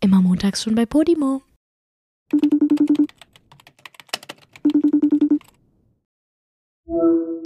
Immer montags schon bei Podimo.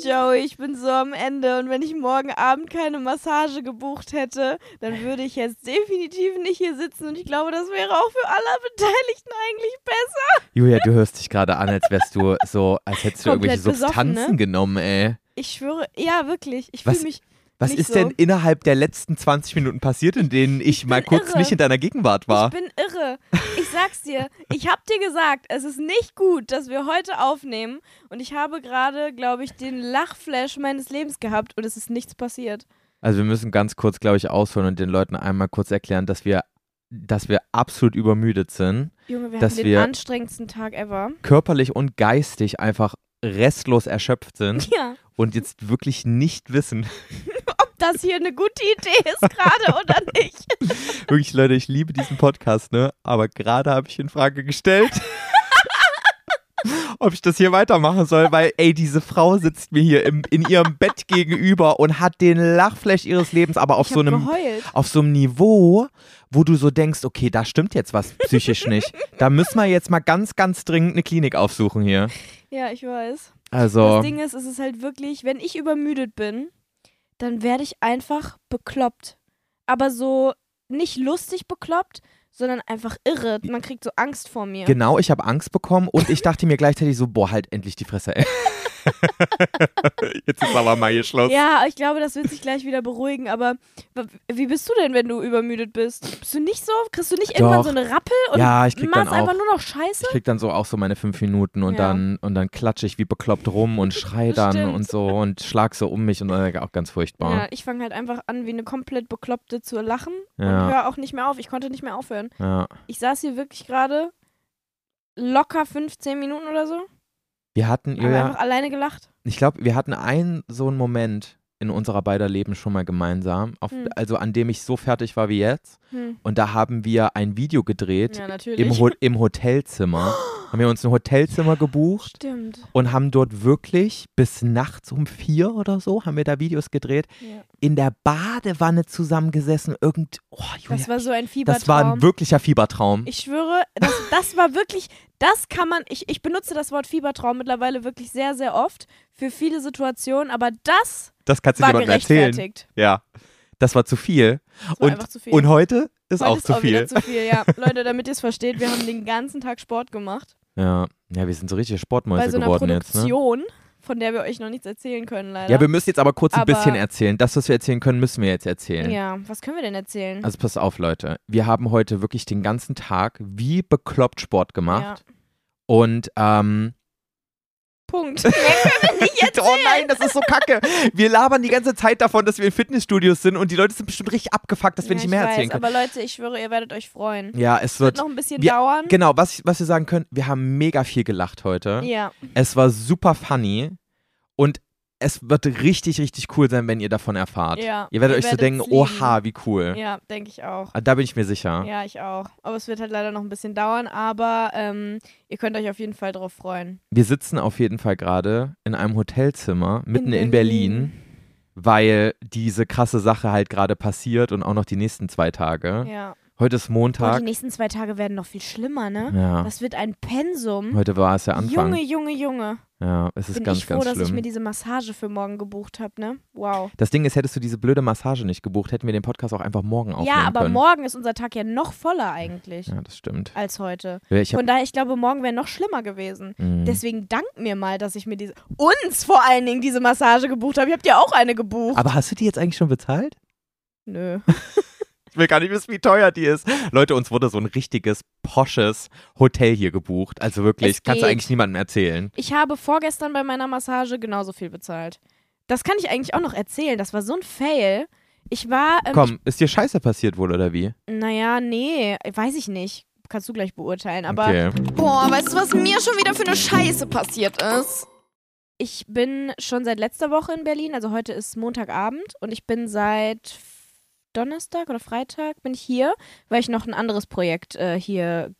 Joey, ich bin so am Ende und wenn ich morgen Abend keine Massage gebucht hätte, dann würde ich jetzt definitiv nicht hier sitzen und ich glaube, das wäre auch für alle Beteiligten eigentlich besser. Julia, du hörst dich gerade an, als wärst du so, als hättest du Komplett irgendwelche besoffen, Substanzen ne? genommen, ey. Ich schwöre, ja, wirklich. Ich Was- fühle mich. Was Nicht ist denn so. innerhalb der letzten 20 Minuten passiert, in denen ich, mal bin kurz irre. nicht in deiner Gegenwart war? Ich bin irre. Ich sag's dir. Ich hab dir gesagt, es ist nicht gut, dass wir heute aufnehmen. Und ich habe gerade, glaube ich, den Lachflash meines Lebens gehabt und es ist nichts passiert. Also wir müssen ganz kurz, glaube ich, ausholen und den Leuten einmal kurz erklären, dass wir, dass wir absolut übermüdet sind, Junge, wir Dass hatten den wir- anstrengendsten Tag ever. körperlich und geistig einfach restlos erschöpft sind Ja. und jetzt wirklich nicht wissen. Ob das hier eine gute Idee ist gerade oder nicht. Wirklich, Leute, ich liebe diesen Podcast, ne? Aber gerade habe ich in Frage gestellt. Ob ich das hier weitermachen soll, weil, ey, diese Frau sitzt mir hier im, in ihrem Bett gegenüber und hat den Lachflash ihres Lebens, aber auf ich so hab einem geheult. auf so einem Niveau, wo du so denkst, okay, da stimmt jetzt was psychisch nicht. Da müssen wir jetzt mal ganz, ganz dringend eine Klinik aufsuchen hier. Ja, ich weiß. Also, Das Ding ist, es ist halt wirklich, wenn ich übermüdet bin, dann werde ich einfach bekloppt. Aber so nicht lustig bekloppt, sondern einfach irre. Man kriegt so Angst vor mir. genau, ich habe Angst bekommen und ich dachte mir gleichzeitig so, boah, halt endlich die Fresse. Ey. jetzt ist aber mal hier Schluss. Ja, ich glaube, das wird sich gleich wieder beruhigen, aber w- wie bist du denn, wenn du übermüdet bist? Bist du nicht so? Kriegst du nicht irgendwann Doch. so eine Rappel und Ja, ich krieg dann machst auch. einfach nur noch Scheiße? Ich krieg dann so auch so meine fünf Minuten und Ja. dann und dann klatsche ich wie bekloppt rum und schrei dann Stimmt. und so und schlag so um mich und dann auch ganz Ja, furchtbar. ich fange halt einfach an, wie eine komplett Bekloppte zu lachen Ja. und höre auch nicht mehr auf. Ich konnte nicht mehr aufhören. Ja. Ich saß hier wirklich gerade locker 15 Minuten oder so. Wir hatten, Haben Julia, einfach alleine gelacht. Ich glaube, wir hatten einen so einen Moment in unserer beider Leben schon mal gemeinsam, auf, Hm. also an dem ich so fertig war wie jetzt. Hm. Und da haben wir ein Video gedreht Ja, natürlich. im, Ho im Hotelzimmer. haben wir uns ein Hotelzimmer gebucht Stimmt. und haben dort wirklich bis nachts um vier oder so haben wir da Videos gedreht Ja. in der Badewanne zusammengesessen. Irgend, oh, Julia, Das war so ein Fiebertraum. das war ein wirklicher Fiebertraum. ich schwöre, das, das war wirklich, das kann man, ich, ich benutze das Wort Fiebertraum mittlerweile wirklich sehr, sehr oft für viele Situationen, aber das das kannst du war niemandem erzählen. gerechtfertigt. Ja, das war zu viel. Das war Und, einfach zu viel. und heute ist Heute auch ist zu auch wieder viel. zu viel, ja. Leute, damit ihr es versteht, wir haben den ganzen Tag Sport gemacht. Ja, ja, wir sind so richtige bei Sportmäuse so einer geworden jetzt, ne? Produktion, von der wir euch noch nichts erzählen können, leider. Ja, wir müssen jetzt aber kurz ein Aber- bisschen erzählen. Das, was wir erzählen können, müssen wir jetzt erzählen. Ja, was können wir denn erzählen? Also pass auf, Leute. Wir haben heute wirklich den ganzen Tag wie bekloppt Sport gemacht. Und ähm, Punkt. Mehr können wir nicht jetzt. oh nein, das ist so kacke. Wir labern die ganze Zeit davon, dass wir in Fitnessstudios sind und die Leute sind bestimmt richtig abgefuckt, dass wir ja, nicht mehr ich erzählen weiß, können. Aber Leute, ich schwöre, ihr werdet euch freuen. Ja, es Wird wird. noch ein bisschen wir- dauern. Genau, was, was wir sagen können, wir haben mega viel gelacht heute. Ja, Es war super funny und es wird richtig, richtig cool sein, wenn ihr davon erfahrt. Ja. Ihr werdet Ihr euch so werdet's denken, lieben. oha, wie cool. ja, denke ich auch. Ah, Da bin ich mir sicher. Ja, ich auch. Aber es wird halt leider noch ein bisschen dauern, aber ähm, ihr könnt euch auf jeden Fall drauf freuen. Wir sitzen auf jeden Fall gerade in einem Hotelzimmer mitten in, Berlin. Berlin. weil diese krasse Sache halt gerade passiert und auch noch die nächsten zwei Tage. Ja. Heute ist Und Montag. die nächsten zwei Tage werden noch viel schlimmer, ne? Ja. Das wird ein Pensum. Heute war es der Anfang. Junge, Junge, Junge. Ja, es ist Bin ganz, ich froh, ganz dass ich mir schlimm. diese Massage für morgen gebucht habe, ne? Wow. Das Ding ist, hättest du diese blöde Massage nicht gebucht, hätten wir den Podcast auch einfach morgen aufnehmen Ja, aber können. morgen ist unser Tag ja noch voller eigentlich Ja, das stimmt. als heute. Ich hab, Von daher, ich glaube, morgen wäre noch schlimmer gewesen. Mhm. Deswegen dankt mir mal, dass ich mir diese, uns vor allen Dingen diese Massage gebucht habe. Ihr habt ja auch eine gebucht. aber hast du die jetzt eigentlich schon bezahlt? Nö. Ich will gar nicht wissen, wie teuer die ist. Leute, uns wurde so ein richtiges, posches Hotel hier gebucht. Also wirklich, Es kannst du geht. eigentlich niemandem erzählen. Ich habe vorgestern bei meiner Massage genauso viel bezahlt. Das kann ich eigentlich auch noch erzählen. Das war so ein Fail. Ich war, ähm, Komm, ist dir Scheiße passiert wohl oder wie? Ich, naja, nee, weiß ich nicht. Kannst du gleich beurteilen. Aber okay. Boah, weißt du, was mir schon wieder für eine Scheiße passiert ist? ich bin schon seit letzter Woche in Berlin. Also heute ist Montagabend und ich bin seit F- Donnerstag oder Freitag bin ich hier, weil ich noch ein anderes Projekt äh, hier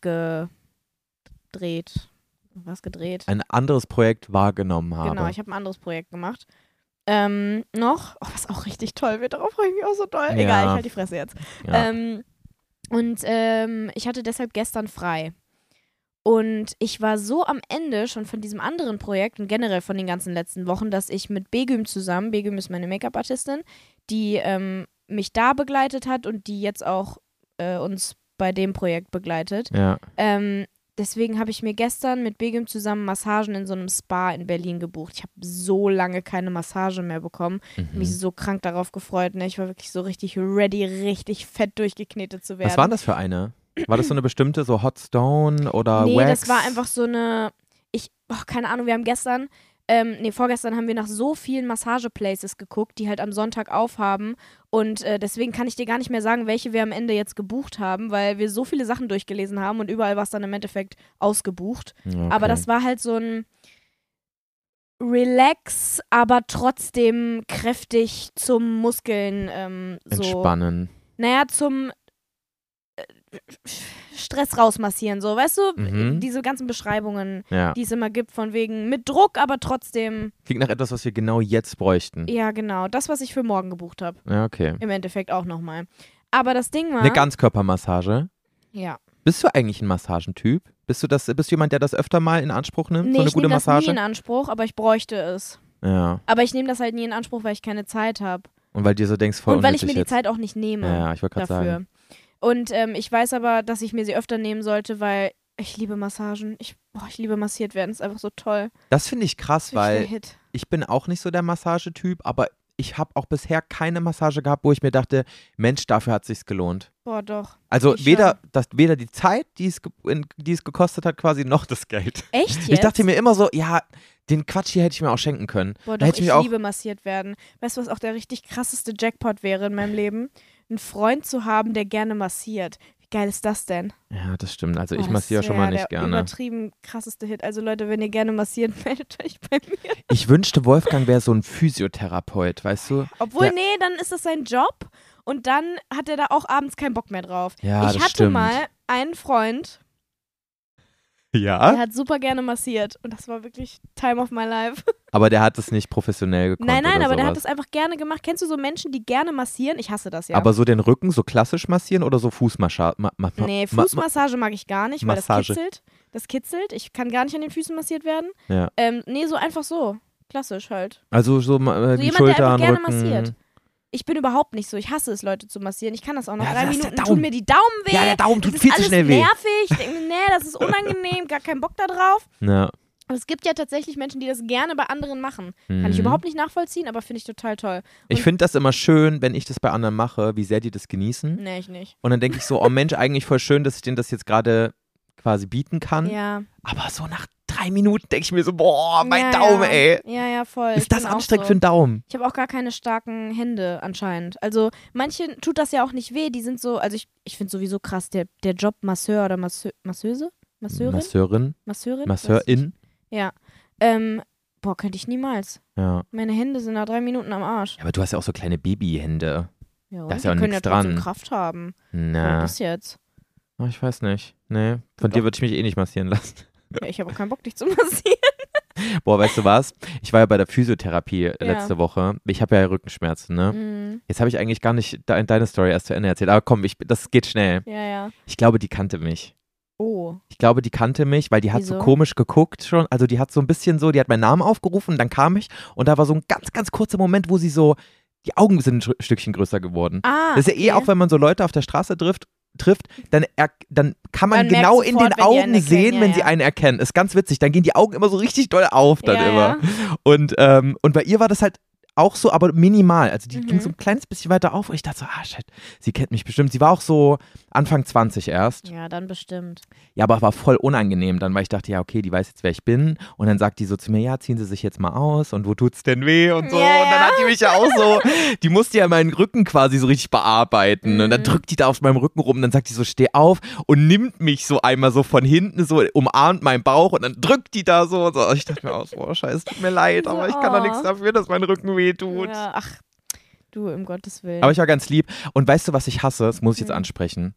gedreht. Was gedreht? ein anderes Projekt wahrgenommen habe. Genau, ich habe ein anderes Projekt gemacht. Ähm, noch, oh, was auch richtig toll wird, darauf freue ich mich auch so doll. Ja. Egal, ich halt die Fresse jetzt. ja. Ähm, Und ähm, ich hatte deshalb gestern frei. Und ich war so am Ende schon von diesem anderen Projekt und generell von den ganzen letzten Wochen, dass ich mit Begüm zusammen, Begüm ist meine Make-up-Artistin, die ähm, mich da begleitet hat und die jetzt auch äh, uns bei dem Projekt begleitet. Ja. Ähm, deswegen habe ich mir gestern mit Begüm zusammen Massagen in so einem Spa in Berlin gebucht. Ich habe so lange keine Massage mehr bekommen. Mich Mhm. so krank darauf gefreut. Ne? Ich war wirklich so richtig ready, richtig fett durchgeknetet zu werden. Was war das für eine? War das so eine bestimmte, so Hot Stone oder nee, Wax? das war einfach so eine. Ich, oh, keine Ahnung, wir haben gestern, ähm, nee, vorgestern haben wir nach so vielen Massageplaces geguckt, die halt am Sonntag aufhaben. Und äh, deswegen kann ich dir gar nicht mehr sagen, welche wir am Ende jetzt gebucht haben, weil wir so viele Sachen durchgelesen haben und überall war es dann im Endeffekt ausgebucht. Okay. Aber das war halt so ein Relax, aber trotzdem kräftig zum Muskeln ähm, so Entspannen. naja, zum äh, Stress rausmassieren, so, weißt du? Mhm. Diese ganzen Beschreibungen, Ja. die es immer gibt, von wegen mit Druck, aber trotzdem, Klingt nach etwas, was wir genau jetzt bräuchten. ja, genau, das, was ich für morgen gebucht habe, Ja, okay. im Endeffekt auch nochmal. Aber das Ding war, Eine Ganzkörpermassage. ja, Bist du eigentlich ein Massagentyp? Bist du das, bist du jemand, der das öfter mal in Anspruch nimmt? nee, so eine ich gute nehme das nie Massage? in Anspruch, aber ich bräuchte es. ja. Aber ich nehme das halt nie in Anspruch, weil ich keine Zeit habe. Und weil du dir so denkst, voll Und weil ich mir unnötig die jetzt. Zeit auch nicht nehme. ja, ja, ich wollte gerade dafür. sagen. Und ähm, ich weiß aber, dass ich mir sie öfter nehmen sollte, weil ich liebe Massagen. Ich, boah, ich liebe massiert werden, ist einfach so toll. Das finde ich Das krass, ist wirklich weil der Hit. ich bin auch nicht so der Massagetyp, aber ich habe auch bisher keine Massage gehabt, wo ich mir dachte, Mensch, dafür hat sich's gelohnt. Boah, doch. Also Ich weder, das, weder die Zeit, die es, ge- in, die es gekostet hat, quasi, noch das Geld. Echt jetzt? Ich dachte mir immer so, ja, den Quatsch hier hätte ich mir auch schenken können. Boah, da doch, hätte ich ich mir auch- liebe massiert werden. Weißt du, was auch der richtig krasseste Jackpot wäre in meinem Leben? Einen Freund zu haben, der gerne massiert. Wie geil ist das denn? Ja, das stimmt. Also Boah, ich Oh, das massiere schon wär mal nicht der gerne. übertrieben krasseste Hit. Also Leute, wenn ihr gerne massiert, meldet euch bei mir. Ich wünschte, Wolfgang wäre so ein Physiotherapeut, weißt du? Obwohl, Ja. nee, dann ist das sein Job und dann hat er da auch abends keinen Bock mehr drauf. Ja, ich das hatte stimmt. mal einen Freund, der Ja. hat super gerne massiert und das war wirklich Time of my life. Aber der hat es nicht professionell gekonnt nein, nein, oder aber sowas. der hat das einfach gerne gemacht. Kennst du so Menschen, die gerne massieren? Ich hasse das ja. Aber so den Rücken so klassisch massieren oder so Fußmassage? Ma ma ma Nee, ma- Fußmassage mag ich gar nicht, weil Massage. das kitzelt. Das kitzelt. Ich kann gar nicht an den Füßen massiert werden. Ja. Ähm, nee, so einfach so. Klassisch halt. Also so ma- äh, So jemand, die der einfach Schultern, gerne Rücken. massiert. Ich bin überhaupt nicht so. Ich hasse es, Leute zu massieren. Ich kann das auch nach Ja, drei das ist der Minuten. Daumen. Tun mir die Daumen weh. Ja, der Daumen Das tut ist viel zu alles schnell weh. nervig. Ich denk mir, nee, das ist unangenehm. Gar keinen Bock da drauf. Ja. Und es gibt ja tatsächlich Menschen, die das gerne bei anderen machen. Mhm. Kann ich überhaupt nicht nachvollziehen, aber finde ich total toll. Ich finde das immer schön, wenn ich das bei anderen mache, wie sehr die das genießen. Nee, ich nicht. Und dann denke ich so, oh Mensch, eigentlich voll schön, dass ich denen das jetzt gerade quasi bieten kann. Ja. Aber so nach drei Minuten denke ich mir so, boah, ja, mein Daumen, ja. ey. Ja, ja, voll. Ich Ist das bin auch anstrengend so. für einen Daumen? Ich habe auch gar keine starken Hände anscheinend. Also manchen tut das ja auch nicht weh. Die sind so, also ich, ich finde sowieso krass, der, der Job Masseur oder Masseu Masseuse? Masseurin? Masseurin? Masseurin? Weiß ich nicht. Masseurin? Ähm, boah, könnte ich niemals. Ja. Meine Hände sind nach drei Minuten am Arsch. Ja, Aber du hast ja auch so kleine Babyhände. Ja, Da und ist die ja auch können ja nix trotzdem dran. Kraft haben. Ja. Na, Bis jetzt. oh, ich weiß nicht. Nee, von dir würde ich mich eh nicht massieren lassen. Ja, ich habe auch keinen Bock, dich zu massieren. Boah, weißt du was? Ich war ja bei der Physiotherapie letzte Woche. Ich habe ja Rückenschmerzen, ne? Mhm. Jetzt habe ich eigentlich gar nicht de deine Story erst zu Ende erzählt. Aber komm, ich, das geht schnell. Ja, ja. Ich glaube, die kannte mich. Oh. Ich glaube, die kannte mich, weil die hat so Wieso? komisch geguckt schon. Also die hat so ein bisschen so, die hat meinen Namen aufgerufen, dann kam ich und da war so ein ganz, ganz kurzer Moment, wo sie so, die Augen sind ein Schr- Stückchen größer geworden. Ah. das ist ja eh auch, wenn man so Leute auf der Straße trifft, trifft dann, er, dann kann man Man merkt genau in sofort, wenn den die einen Augen erkennen, sehen, ja, wenn ja. sie einen erkennen. Ist ganz witzig. Dann gehen die Augen immer so richtig doll auf dann ja, immer. ja. Und, ähm, und bei ihr war das halt auch so, aber minimal. Also die Mhm. ging so ein kleines bisschen weiter auf und ich dachte so, ah shit, sie kennt mich bestimmt. Sie war auch so Anfang 20 erst. Ja, dann bestimmt. Ja, aber war voll unangenehm dann, weil ich dachte, ja, okay, die weiß jetzt, wer ich bin. Und dann sagt die so zu mir, ja, ziehen Sie sich jetzt mal aus und wo tut's denn weh und so. Ja, und dann ja. hat die mich ja auch so, die musste ja meinen Rücken quasi so richtig bearbeiten. Und Mhm. dann drückt die da auf meinem Rücken rum, dann sagt die so, steh auf und nimmt mich so einmal so von hinten, so umarmt meinen Bauch und dann drückt die da so. Und so. Ich dachte mir auch so, oh, scheiße, tut mir leid, So, aber ich kann doch oh. nichts dafür, dass mein Rücken weh tut. Ja, ach, du, um Gottes Willen. Aber ich war ganz lieb. Und weißt du, was ich hasse? Das muss ich jetzt Hm. ansprechen.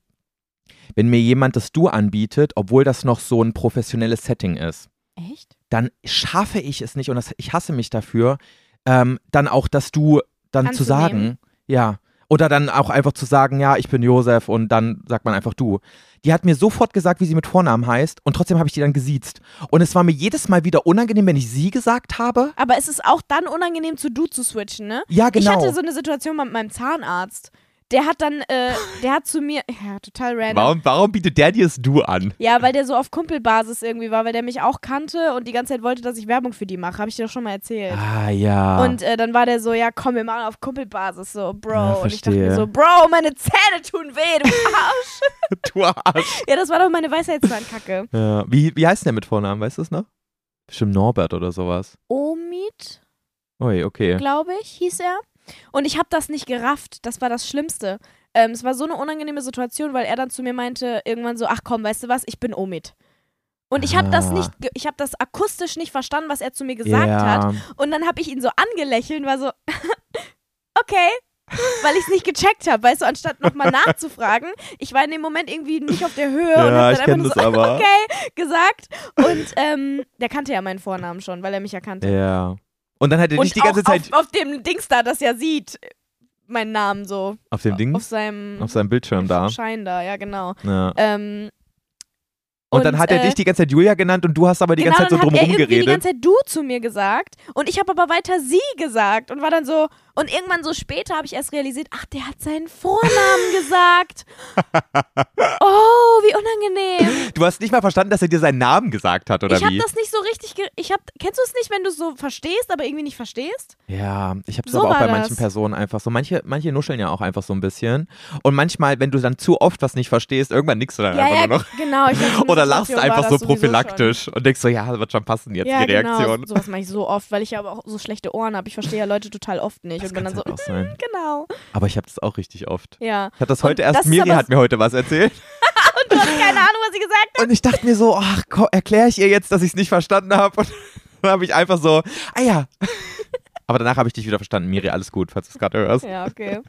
Wenn mir jemand das Du anbietet, obwohl das noch so ein professionelles Setting ist, Echt? dann schaffe ich es nicht und das, ich hasse mich dafür, ähm, dann auch das Du dann zu sagen. Anzunehmen. Ja. Oder dann auch einfach zu sagen, ja, ich bin Josef und dann sagt man einfach du. Die hat mir sofort gesagt, wie sie mit Vornamen heißt und trotzdem habe ich die dann gesiezt. Und es war mir jedes Mal wieder unangenehm, wenn ich sie gesagt habe. Aber es ist auch dann unangenehm, zu du zu switchen, ne? Ja, genau. Ich hatte so eine Situation mit meinem Zahnarzt. Der hat dann, äh, der hat zu mir, ja, total random. warum, warum bietet der dir das Du an? Ja, weil der so auf Kumpelbasis irgendwie war, weil der mich auch kannte und die ganze Zeit wollte, dass ich Werbung für die mache. Habe ich dir doch schon mal erzählt. Ah ja. Und äh, dann war der so, ja komm, wir machen auf Kumpelbasis, so, Bro. Ja, und ich dachte mir verstehe. so, Bro, meine Zähne tun weh, du Arsch. du Arsch. ja, das war doch meine Weisheitszahnkacke. Ja. Wie, wie heißt denn der mit Vornamen, weißt du es noch? Bestimmt Norbert oder sowas. Omid, Ui, okay. glaube ich, hieß er. Und ich habe das nicht gerafft. Das war das Schlimmste. Ähm, es war so eine unangenehme Situation, weil er dann zu mir meinte, irgendwann so, ach komm, weißt du was, ich bin Omid. Und ich habe das Ah. nicht, ge- ich habe das akustisch nicht verstanden, was er zu mir gesagt hat. ja. Und dann habe ich ihn so angelächelt und war so, okay, weil ich es nicht gecheckt habe, weißt du, anstatt nochmal nachzufragen. Ich war in dem Moment irgendwie nicht auf der Höhe und Ja, habe ich dann kenn einfach nur so, das aber. okay, gesagt. Und ähm, der kannte ja meinen Vornamen schon, weil er mich erkannte. Ja. Und dann hat er und nicht die ganze auch Zeit auf, Auf, auf dem Dings da, das ja sieht, meinen Namen so. dem Ding, Auf seinem Hm? auf seinem Bildschirm da. Schein da, ja, genau. Ja. Ähm, Und, dann Und, hat er äh, dich die ganze Zeit Julia genannt und du hast aber die genau, ganze Zeit so dann hat er drumherum irgendwie die geredet. ganze Zeit du zu mir gesagt und ich habe aber weiter sie gesagt und war dann so und irgendwann so später habe ich erst realisiert, ach, der hat seinen Vornamen gesagt. Oh, wie unangenehm. Du hast nicht mal verstanden, dass er dir seinen Namen gesagt hat, oder ich habe wie? das nicht so richtig ge ich hab kennst du es nicht, wenn du so verstehst, aber irgendwie nicht verstehst? ja, ich habe es So aber auch war bei das. manchen Personen einfach so. Manche, manche nuscheln ja auch einfach so ein bisschen. Und manchmal, wenn du dann zu oft was nicht verstehst, irgendwann nickst du dann einfach nur noch. genau, ich glaub, so eine Oder lachst Situation war einfach so das sowieso schon. prophylaktisch und denkst so, ja, wird schon passen jetzt Ja, die Reaktion. genau, sowas mache ich so oft, weil ich ja aber auch so schlechte Ohren habe. Ich verstehe ja Leute total oft nicht Das und bin dann kann's so halt auch sein. genau. Aber ich habe das auch richtig oft. Ja. Ich habe das Und heute erst, das ist Miri aber- hat mir heute was erzählt. Und du hast keine Ahnung, was sie gesagt hat. Und ich dachte mir so, ach, erkläre ich ihr jetzt, dass ich es nicht verstanden habe. Und dann habe ich einfach so, ah ja. Aber danach habe ich dich wieder verstanden. Miri, alles gut, falls du es gerade hörst. Ja, okay.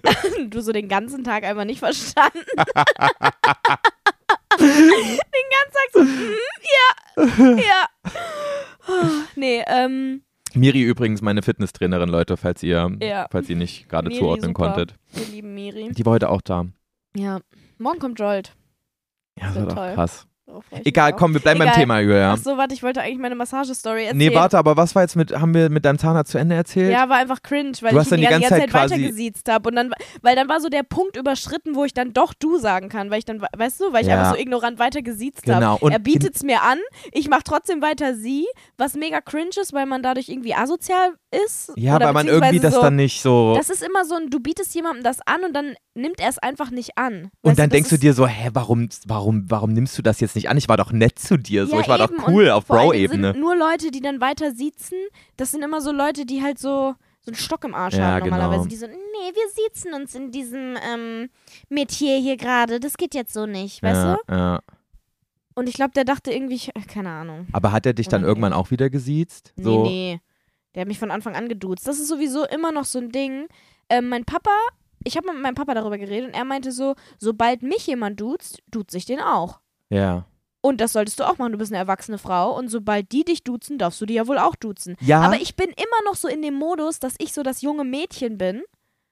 du so den ganzen Tag einfach nicht verstanden. den ganzen Tag so, mm, ja, ja. Oh, nee, ähm, Miri übrigens meine Fitnesstrainerin, Leute, falls ihr, Ja. falls ihr nicht gerade Miri, zuordnen super. konntet. wir lieben Miri. Die war heute auch da. Ja, morgen kommt Jolt. Ja, So das war doch toll. krass. Darauf freue ich mich Egal, auch. komm, wir bleiben beim Egal. Thema, Ach Julia. so, warte, ich wollte eigentlich meine Massage-Story erzählen. Nee, warte, aber was war jetzt mit, haben wir mit deinem Zahnarzt zu Ende erzählt? Ja, war einfach cringe, weil Du hast ich ihn dann die die ganze, ganze Zeit Zeit, quasi- weitergesiezt habe. Und dann, weil dann war so der Punkt überschritten, wo ich dann doch du sagen kann, weil ich dann, weißt du, weil ich Ja. einfach so ignorant weitergesiezt Genau. habe. Und Er bietet es mir an, ich mache trotzdem weiter sie, was mega cringe ist, weil man dadurch irgendwie asozial ist. Ja, oder weil man irgendwie beziehungsweise das so, dann nicht so. Das ist immer so ein, du bietest jemandem das an und dann nimmt er es einfach nicht an. und Weißt dann das denkst du ist- dir so, hä, warum, warum, warum nimmst du das jetzt nicht an? Ich war doch nett zu dir, so. Ja, ich war eben. doch cool und auf vor allen Dingen Bro-Ebene. sind Nur Leute, die dann weiter siezen, das sind immer so Leute, die halt so, so einen Stock im Arsch Ja, haben genau. normalerweise. Die so, nee, wir siezen uns in diesem ähm, Metier hier gerade, das geht jetzt so nicht, weißt ja, du? Ja. Und ich glaube, der dachte irgendwie, ich, äh, keine Ahnung. Aber hat er dich dann Oder irgendwann auch wieder gesiezt? Nee, So, nee. Der hat mich von Anfang an geduzt. Das ist sowieso immer noch so ein Ding. Ähm, mein Papa, ich habe mit meinem Papa darüber geredet und er meinte so, sobald mich jemand duzt, duzt ich den auch. Ja. Und das solltest du auch machen, du bist eine erwachsene Frau und sobald die dich duzen, darfst du die ja wohl auch duzen. Ja. Aber ich bin immer noch so in dem Modus, dass ich so das junge Mädchen bin,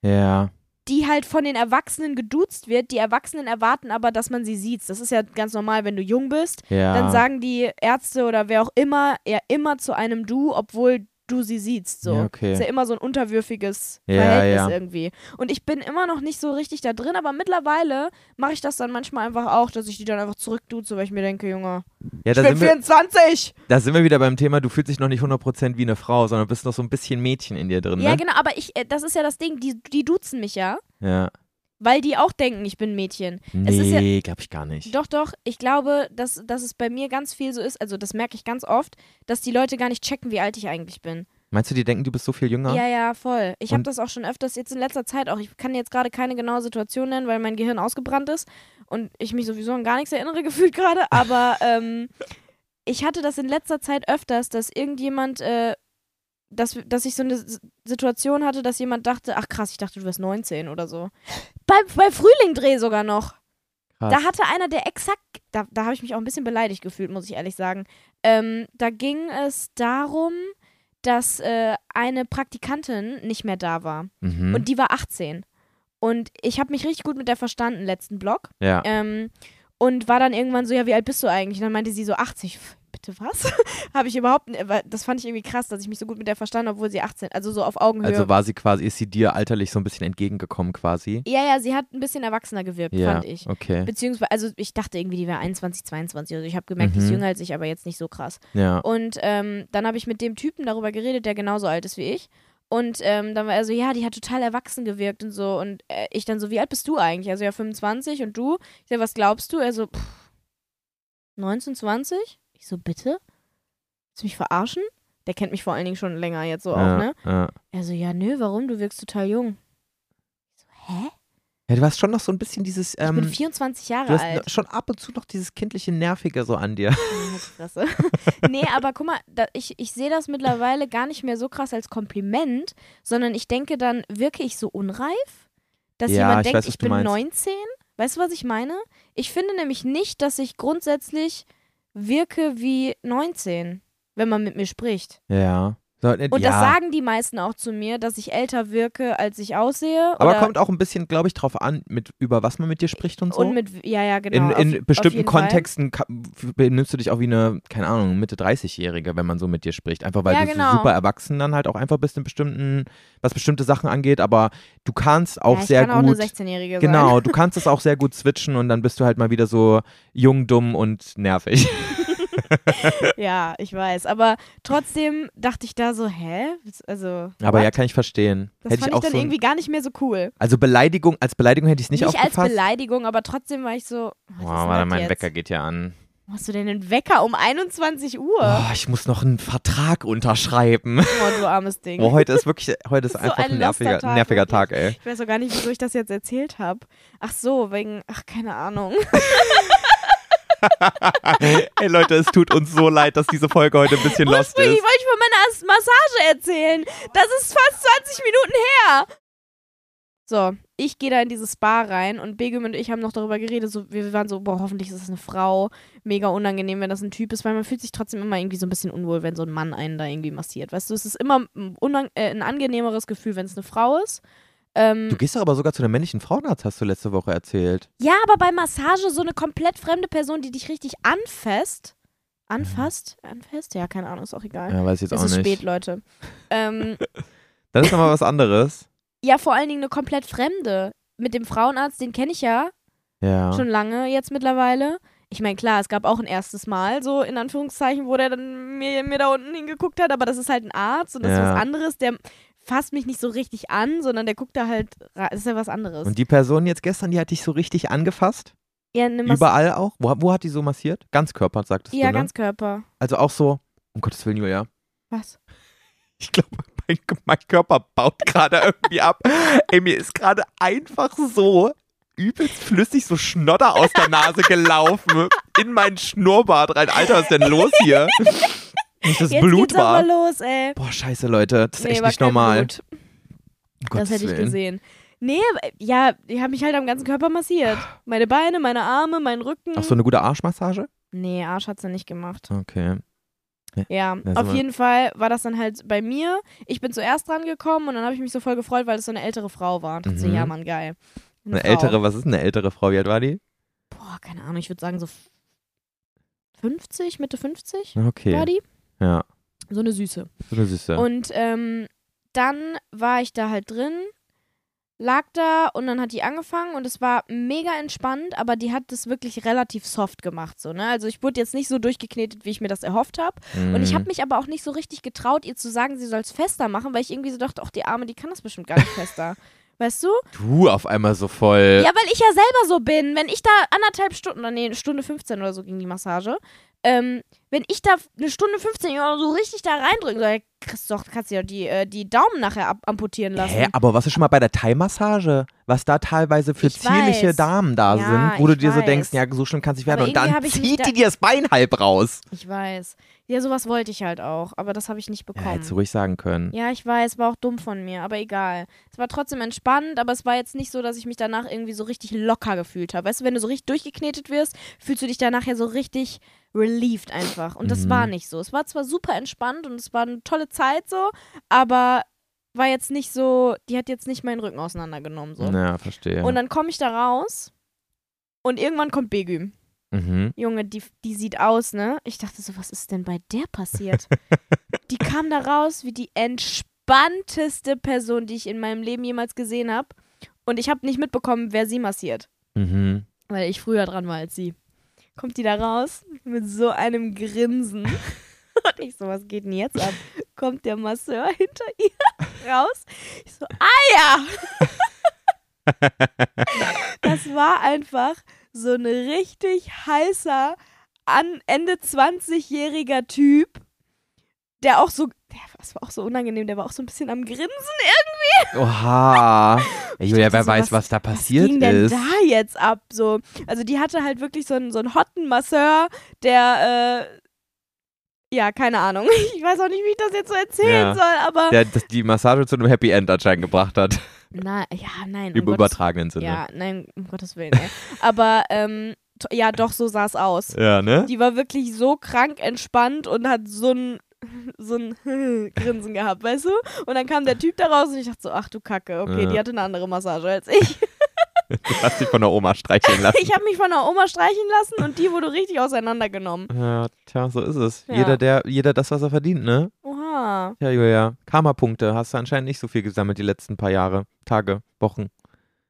ja. die halt von den Erwachsenen geduzt wird. Die Erwachsenen erwarten aber, dass man sie sieht. Das ist ja ganz normal, wenn du jung bist. Ja. Dann sagen die Ärzte oder wer auch immer, ja immer zu einem Du, obwohl du sie siehst. So. Ja, okay. Ist ja immer so ein unterwürfiges Ja, Verhältnis ja. irgendwie. Und ich bin immer noch nicht so richtig da drin, aber mittlerweile mache ich das dann manchmal einfach auch, dass ich die dann einfach zurückduze, weil ich mir denke, Junge, ich ja, da bin sind, wir, 24! da sind wir wieder beim Thema, du fühlst dich noch nicht 100% wie eine Frau, sondern bist noch so ein bisschen Mädchen in dir drin, Ja, ne? genau, aber ich, äh, das ist ja das Ding, die, die duzen mich ja. Ja. weil die auch denken, ich bin Mädchen. Es ist ja- Nee, glaub ich gar nicht. Doch, doch, ich glaube, dass, dass es bei mir ganz viel so ist, also das merke ich ganz oft, dass die Leute gar nicht checken, wie alt ich eigentlich bin. Meinst du, die denken, du bist so viel jünger? Ja, ja, voll. Ich habe Und- das auch schon öfters jetzt in letzter Zeit auch. Ich kann jetzt gerade keine genaue Situation nennen, weil mein Gehirn ausgebrannt ist und ich mich sowieso an gar nichts erinnere gefühlt gerade, aber ähm, ich hatte das in letzter Zeit öfters, dass irgendjemand, äh, dass, dass ich so eine S- Situation hatte, dass jemand dachte, ach krass, ich dachte, du wärst 19 oder so. Bei, bei Frühlingdreh sogar noch. Krass. Da hatte einer, der exakt, da, da habe ich mich auch ein bisschen beleidigt gefühlt, muss ich ehrlich sagen. Ähm, da ging es darum, dass äh, eine Praktikantin nicht mehr da war. mhm. Und die war 18. Und ich habe mich richtig gut mit der verstanden, letzten Blog. Ja. Ähm, und war dann irgendwann so, ja, wie alt bist du eigentlich? Und dann meinte sie so 80. Pff, Bitte was? habe ich überhaupt, n- weil das fand ich irgendwie krass, dass ich mich so gut mit der verstanden, obwohl sie 18, also so auf Augenhöhe. Also war sie quasi, ist sie dir alterlich so ein bisschen entgegengekommen quasi? ja, ja, sie hat ein bisschen erwachsener gewirkt, Ja, fand ich. okay. Beziehungsweise, also ich dachte irgendwie, die wäre 21, 22. Also ich habe gemerkt, die ist Mhm. jünger als ich, aber jetzt nicht so krass. Ja. Und ähm, dann habe ich mit dem Typen darüber geredet, der genauso alt ist wie ich. Und ähm, dann war er so, ja, die hat total erwachsen gewirkt und so. Und äh, ich dann so, wie alt bist du eigentlich? Also ja, 25 und du? Ich so, was glaubst du? Er so, pff, 19, 20? Ich so, bitte? Willst du mich verarschen? Der kennt mich vor allen Dingen schon länger jetzt so ja, auch, ne? ja. Er so, ja, nö, warum? Du wirkst total jung. Ich so, hä? ja, du hast schon noch so ein bisschen dieses, Ich bin ähm, 24 du Jahre hast alt. n- schon ab und zu noch dieses kindliche Nervige so an dir. Ja, halt die Fresse. nee, aber guck mal, da, ich, ich sehe das mittlerweile gar nicht mehr so krass als Kompliment, sondern ich denke dann, wirke ich so unreif, dass Ja, jemand ich denkt, weiß, was ich du bin meinst. 19? Weißt du, was ich meine? Ich finde nämlich nicht, dass ich grundsätzlich wirke wie 19, wenn man mit mir spricht. Ja. So, äh, Und ja. das sagen die meisten auch zu mir, dass ich älter wirke, als ich aussehe. Aber oder, kommt auch ein bisschen, glaube ich, drauf an, mit, über was man mit dir spricht und so. Und mit, ja, ja, genau. in in auf, auf bestimmten jeden Fall. Kontexten ka- f- benimmst du dich auch wie eine, keine Ahnung, Mitte 30-Jährige, wenn man so mit dir spricht. Einfach weil Ja, du genau. so super erwachsen dann halt auch einfach bist in bestimmten, was bestimmte Sachen angeht, aber du kannst auch ja, ich sehr kann gut. auch eine 16-Jährige sein. genau, du kannst es auch sehr gut switchen und dann bist du halt mal wieder so jung, dumm und nervig. Ja, ich weiß. Aber trotzdem dachte ich da so, hä? Also, Aber what? ja, kann ich verstehen. das fand hätte ich ich, auch dann so ein- irgendwie gar nicht mehr so cool. Also Beleidigung, als Beleidigung hätte ich es nicht, als aufgefasst. Beleidigung, aber trotzdem war ich so, was ist Wow, denn warte, das mein jetzt? Wecker geht ja an. Wo Hast du denn den Wecker um 21 Uhr? Oh, Oh, ich muss noch einen Vertrag unterschreiben. du armes Ding. Boah, heute ist wirklich, heute ist So einfach ein ein nerviger, loster Tag, nerviger wirklich. Tag, ey. Ich weiß auch gar nicht, wieso ich das jetzt erzählt habe. Ach so, wegen, ach, keine Ahnung. Ey Leute, es tut uns so leid, dass diese Folge heute ein bisschen lost Ursprünglich ist. wollte ich von meiner ersten Massage erzählen. Das ist fast 20 Minuten her. So, ich gehe da in dieses Spa rein und Begüm und ich haben noch darüber geredet. So, wir waren so, boah, hoffentlich ist das eine Frau. Mega unangenehm, wenn das ein Typ ist, weil man fühlt sich trotzdem immer irgendwie so ein bisschen unwohl, wenn so ein Mann einen da irgendwie massiert. Weißt du, es ist immer ein, unang äh, ein angenehmeres Gefühl, wenn es eine Frau ist. Ähm, Du gehst doch aber sogar zu einem männlichen Frauenarzt, hast du letzte Woche erzählt. ja, aber bei Massage so eine komplett fremde Person, die dich richtig anfasst. Anfasst? Anfasst? Ja, keine Ahnung, ist auch egal. Ja, weiß ich jetzt es auch ist nicht. spät, Leute. Ähm, Das ist nochmal was anderes. ja, vor allen Dingen eine komplett fremde. Mit dem Frauenarzt, den kenne ich ja Ja. schon lange jetzt mittlerweile. Ich meine, klar, es gab auch ein erstes Mal, so in Anführungszeichen, wo der dann mir, mir da unten hingeguckt hat, aber das ist halt ein Arzt und das ist Ja. was anderes. Der fasst mich nicht so richtig an, sondern der guckt da halt, ra- das ist ja was anderes. Und die Person jetzt gestern, die hat dich so richtig angefasst? ja, ne Mas- Überall auch? Wo, wo hat die so massiert? Ganzkörper, sagtest ja du, ne? ganz Körper. Also auch so, um Gottes Willen, Julia. Was? Ich glaube, mein, mein Körper baut gerade irgendwie ab. Ey, mir ist gerade einfach so übelst flüssig so Schnodder aus der Nase gelaufen. In meinen Schnurrbart rein. Alter, was ist denn los hier? Nicht das jetzt Blut geht's aber war. los, ey. Boah, scheiße, Leute. Das ist Nee, echt war nicht kein normal. Blut. Um Das Gottes hätte ich Willen. gesehen. Nee, aber- ja, ich habe mich halt am ganzen Körper massiert. Meine Beine, meine Arme, meinen Rücken. Ach, so eine gute Arschmassage? Nee, Arsch hat sie nicht gemacht. Okay. Ja, das ist auf aber- jeden Fall war das dann halt bei mir. Ich bin zuerst dran gekommen und dann habe ich mich so voll gefreut, weil es so eine ältere Frau war. Und dachte so, Mhm. ja, Mann, geil. Eine Frau. ältere, was ist eine ältere Frau? Wie alt war die? Boah, keine Ahnung, ich würde sagen so f- 50, Mitte 50 war Okay. die. Ja, So eine Süße. so eine Süße. Und ähm, dann war ich da halt drin, lag da und dann hat die angefangen und es war mega entspannt, aber die hat das wirklich relativ soft gemacht. So, ne? Also ich wurde jetzt nicht so durchgeknetet, wie ich mir das erhofft habe. Und Mm. ich habe Mhm. mich aber auch nicht so richtig getraut, ihr zu sagen, sie soll es fester machen, weil ich irgendwie so dachte, ach, die Arme, die kann das bestimmt gar nicht fester. Weißt du? Du auf einmal so voll. Ja, weil ich ja selber so bin. Wenn ich da anderthalb Stunden, oder nee, eine Stunde 15 oder so ging die Massage, ähm, wenn ich da eine Stunde 15 oder so richtig da reindrücken soll, kriegst du doch, kannst du ja die, äh, die Daumen nachher ab amputieren lassen. Hä, aber was ist schon mal bei der Thai-Massage? Was da teilweise für Ich zierliche weiß. Damen da Ja, sind, wo du ich dir so weiß. denkst, ja, so schlimm kann es nicht werden. Aber Und irgendwie dann hab ich mich zieht da- die dir das Bein halb raus. Ich weiß. Ja, sowas wollte ich halt auch, aber das habe ich nicht Ja, bekommen. hättest du ruhig sagen können. Ja, ich weiß, war auch dumm von mir, aber egal. Es war trotzdem entspannt, aber es war jetzt nicht so, dass ich mich danach irgendwie so richtig locker gefühlt habe. Weißt du, wenn du so richtig durchgeknetet wirst, fühlst du dich danach ja so richtig relieved einfach. Und das Mhm. war nicht so. Es war zwar super entspannt und es war eine tolle Zeit so, aber war jetzt nicht so, die hat jetzt nicht meinen Rücken auseinandergenommen. So. Ne, Ja, verstehe. Und dann komme ich da raus und irgendwann kommt Begüm. mhm. Junge, die, die sieht aus, ne? Ich dachte so, was ist denn bei der passiert? die kam da raus wie die entspannteste Person, die ich in meinem Leben jemals gesehen habe. Und ich habe nicht mitbekommen, wer sie massiert, Mhm. weil ich früher dran war als sie. Kommt die da raus mit so einem Grinsen. Und ich so, was geht denn jetzt ab? Kommt der Masseur hinter ihr raus. Ich so, ah ja! das war einfach so ein richtig heißer, an Ende 20-jähriger Typ, der auch so, der, das war auch so unangenehm, der war auch so ein bisschen am Grinsen. Oha. Ich will ja, dachte wer so, weiß, was- was, da passiert was ging denn ist. da jetzt ab? So, also die hatte halt wirklich so einen, so einen hotten Masseur, der, äh, ja, keine Ahnung. Ich weiß auch nicht, wie ich das jetzt so erzählen Ja. soll, aber. Der das- die Massage zu einem Happy End anscheinend gebracht hat. Na, ja, nein. Im um Gottes- übertragenen Sinne. Oh Ja, nein, um Gottes Willen, ey. Aber, ähm, t- ja, doch, so sah es aus. Ja, ne? Die war wirklich so krank entspannt und hat so ein so ein Grinsen gehabt, weißt du? Und dann kam der Typ da raus und ich dachte so, ach du Kacke, okay, Ja. die hatte eine andere Massage als ich. Du hast dich von der Oma streicheln lassen. Ich habe mich von der Oma streicheln lassen und die wurde richtig auseinandergenommen. Ja, tja, so ist es. Ja. Jeder, der, jeder das, was er verdient, ne? Oha. Ja, Julia. Karma-Punkte hast du anscheinend nicht so viel gesammelt die letzten paar Jahre, Tage, Wochen.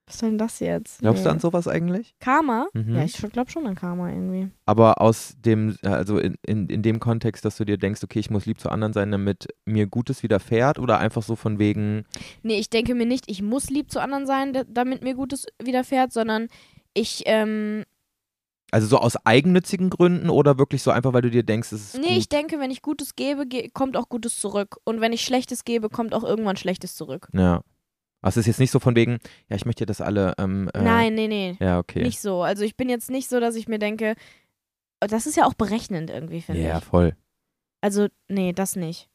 Was soll denn das jetzt? Glaubst du Nee. an sowas eigentlich? Karma? Mhm. Ja, ich glaube schon an Karma irgendwie. Aber aus dem, also in, in, in dem Kontext, dass du dir denkst, okay, ich muss lieb zu anderen sein, damit mir Gutes widerfährt oder einfach so von wegen, Nee, ich denke mir nicht, ich muss lieb zu anderen sein, da- damit mir Gutes widerfährt, sondern ich, ähm, also so aus eigennützigen Gründen oder wirklich so einfach, weil du dir denkst, es ist nee, ich gut. denke, wenn ich Gutes gebe, ge kommt auch Gutes zurück. Und wenn ich Schlechtes gebe, kommt auch irgendwann Schlechtes zurück. Ja. Also es ist jetzt nicht so von wegen, ja, ich möchte, dass alle, ähm, äh, Nein, nee, nee. Ja, okay. Nicht so. Also ich bin jetzt nicht so, dass ich mir denke, oh, das ist ja auch berechnend irgendwie, finde ja, ich. voll. Also, nee, das nicht.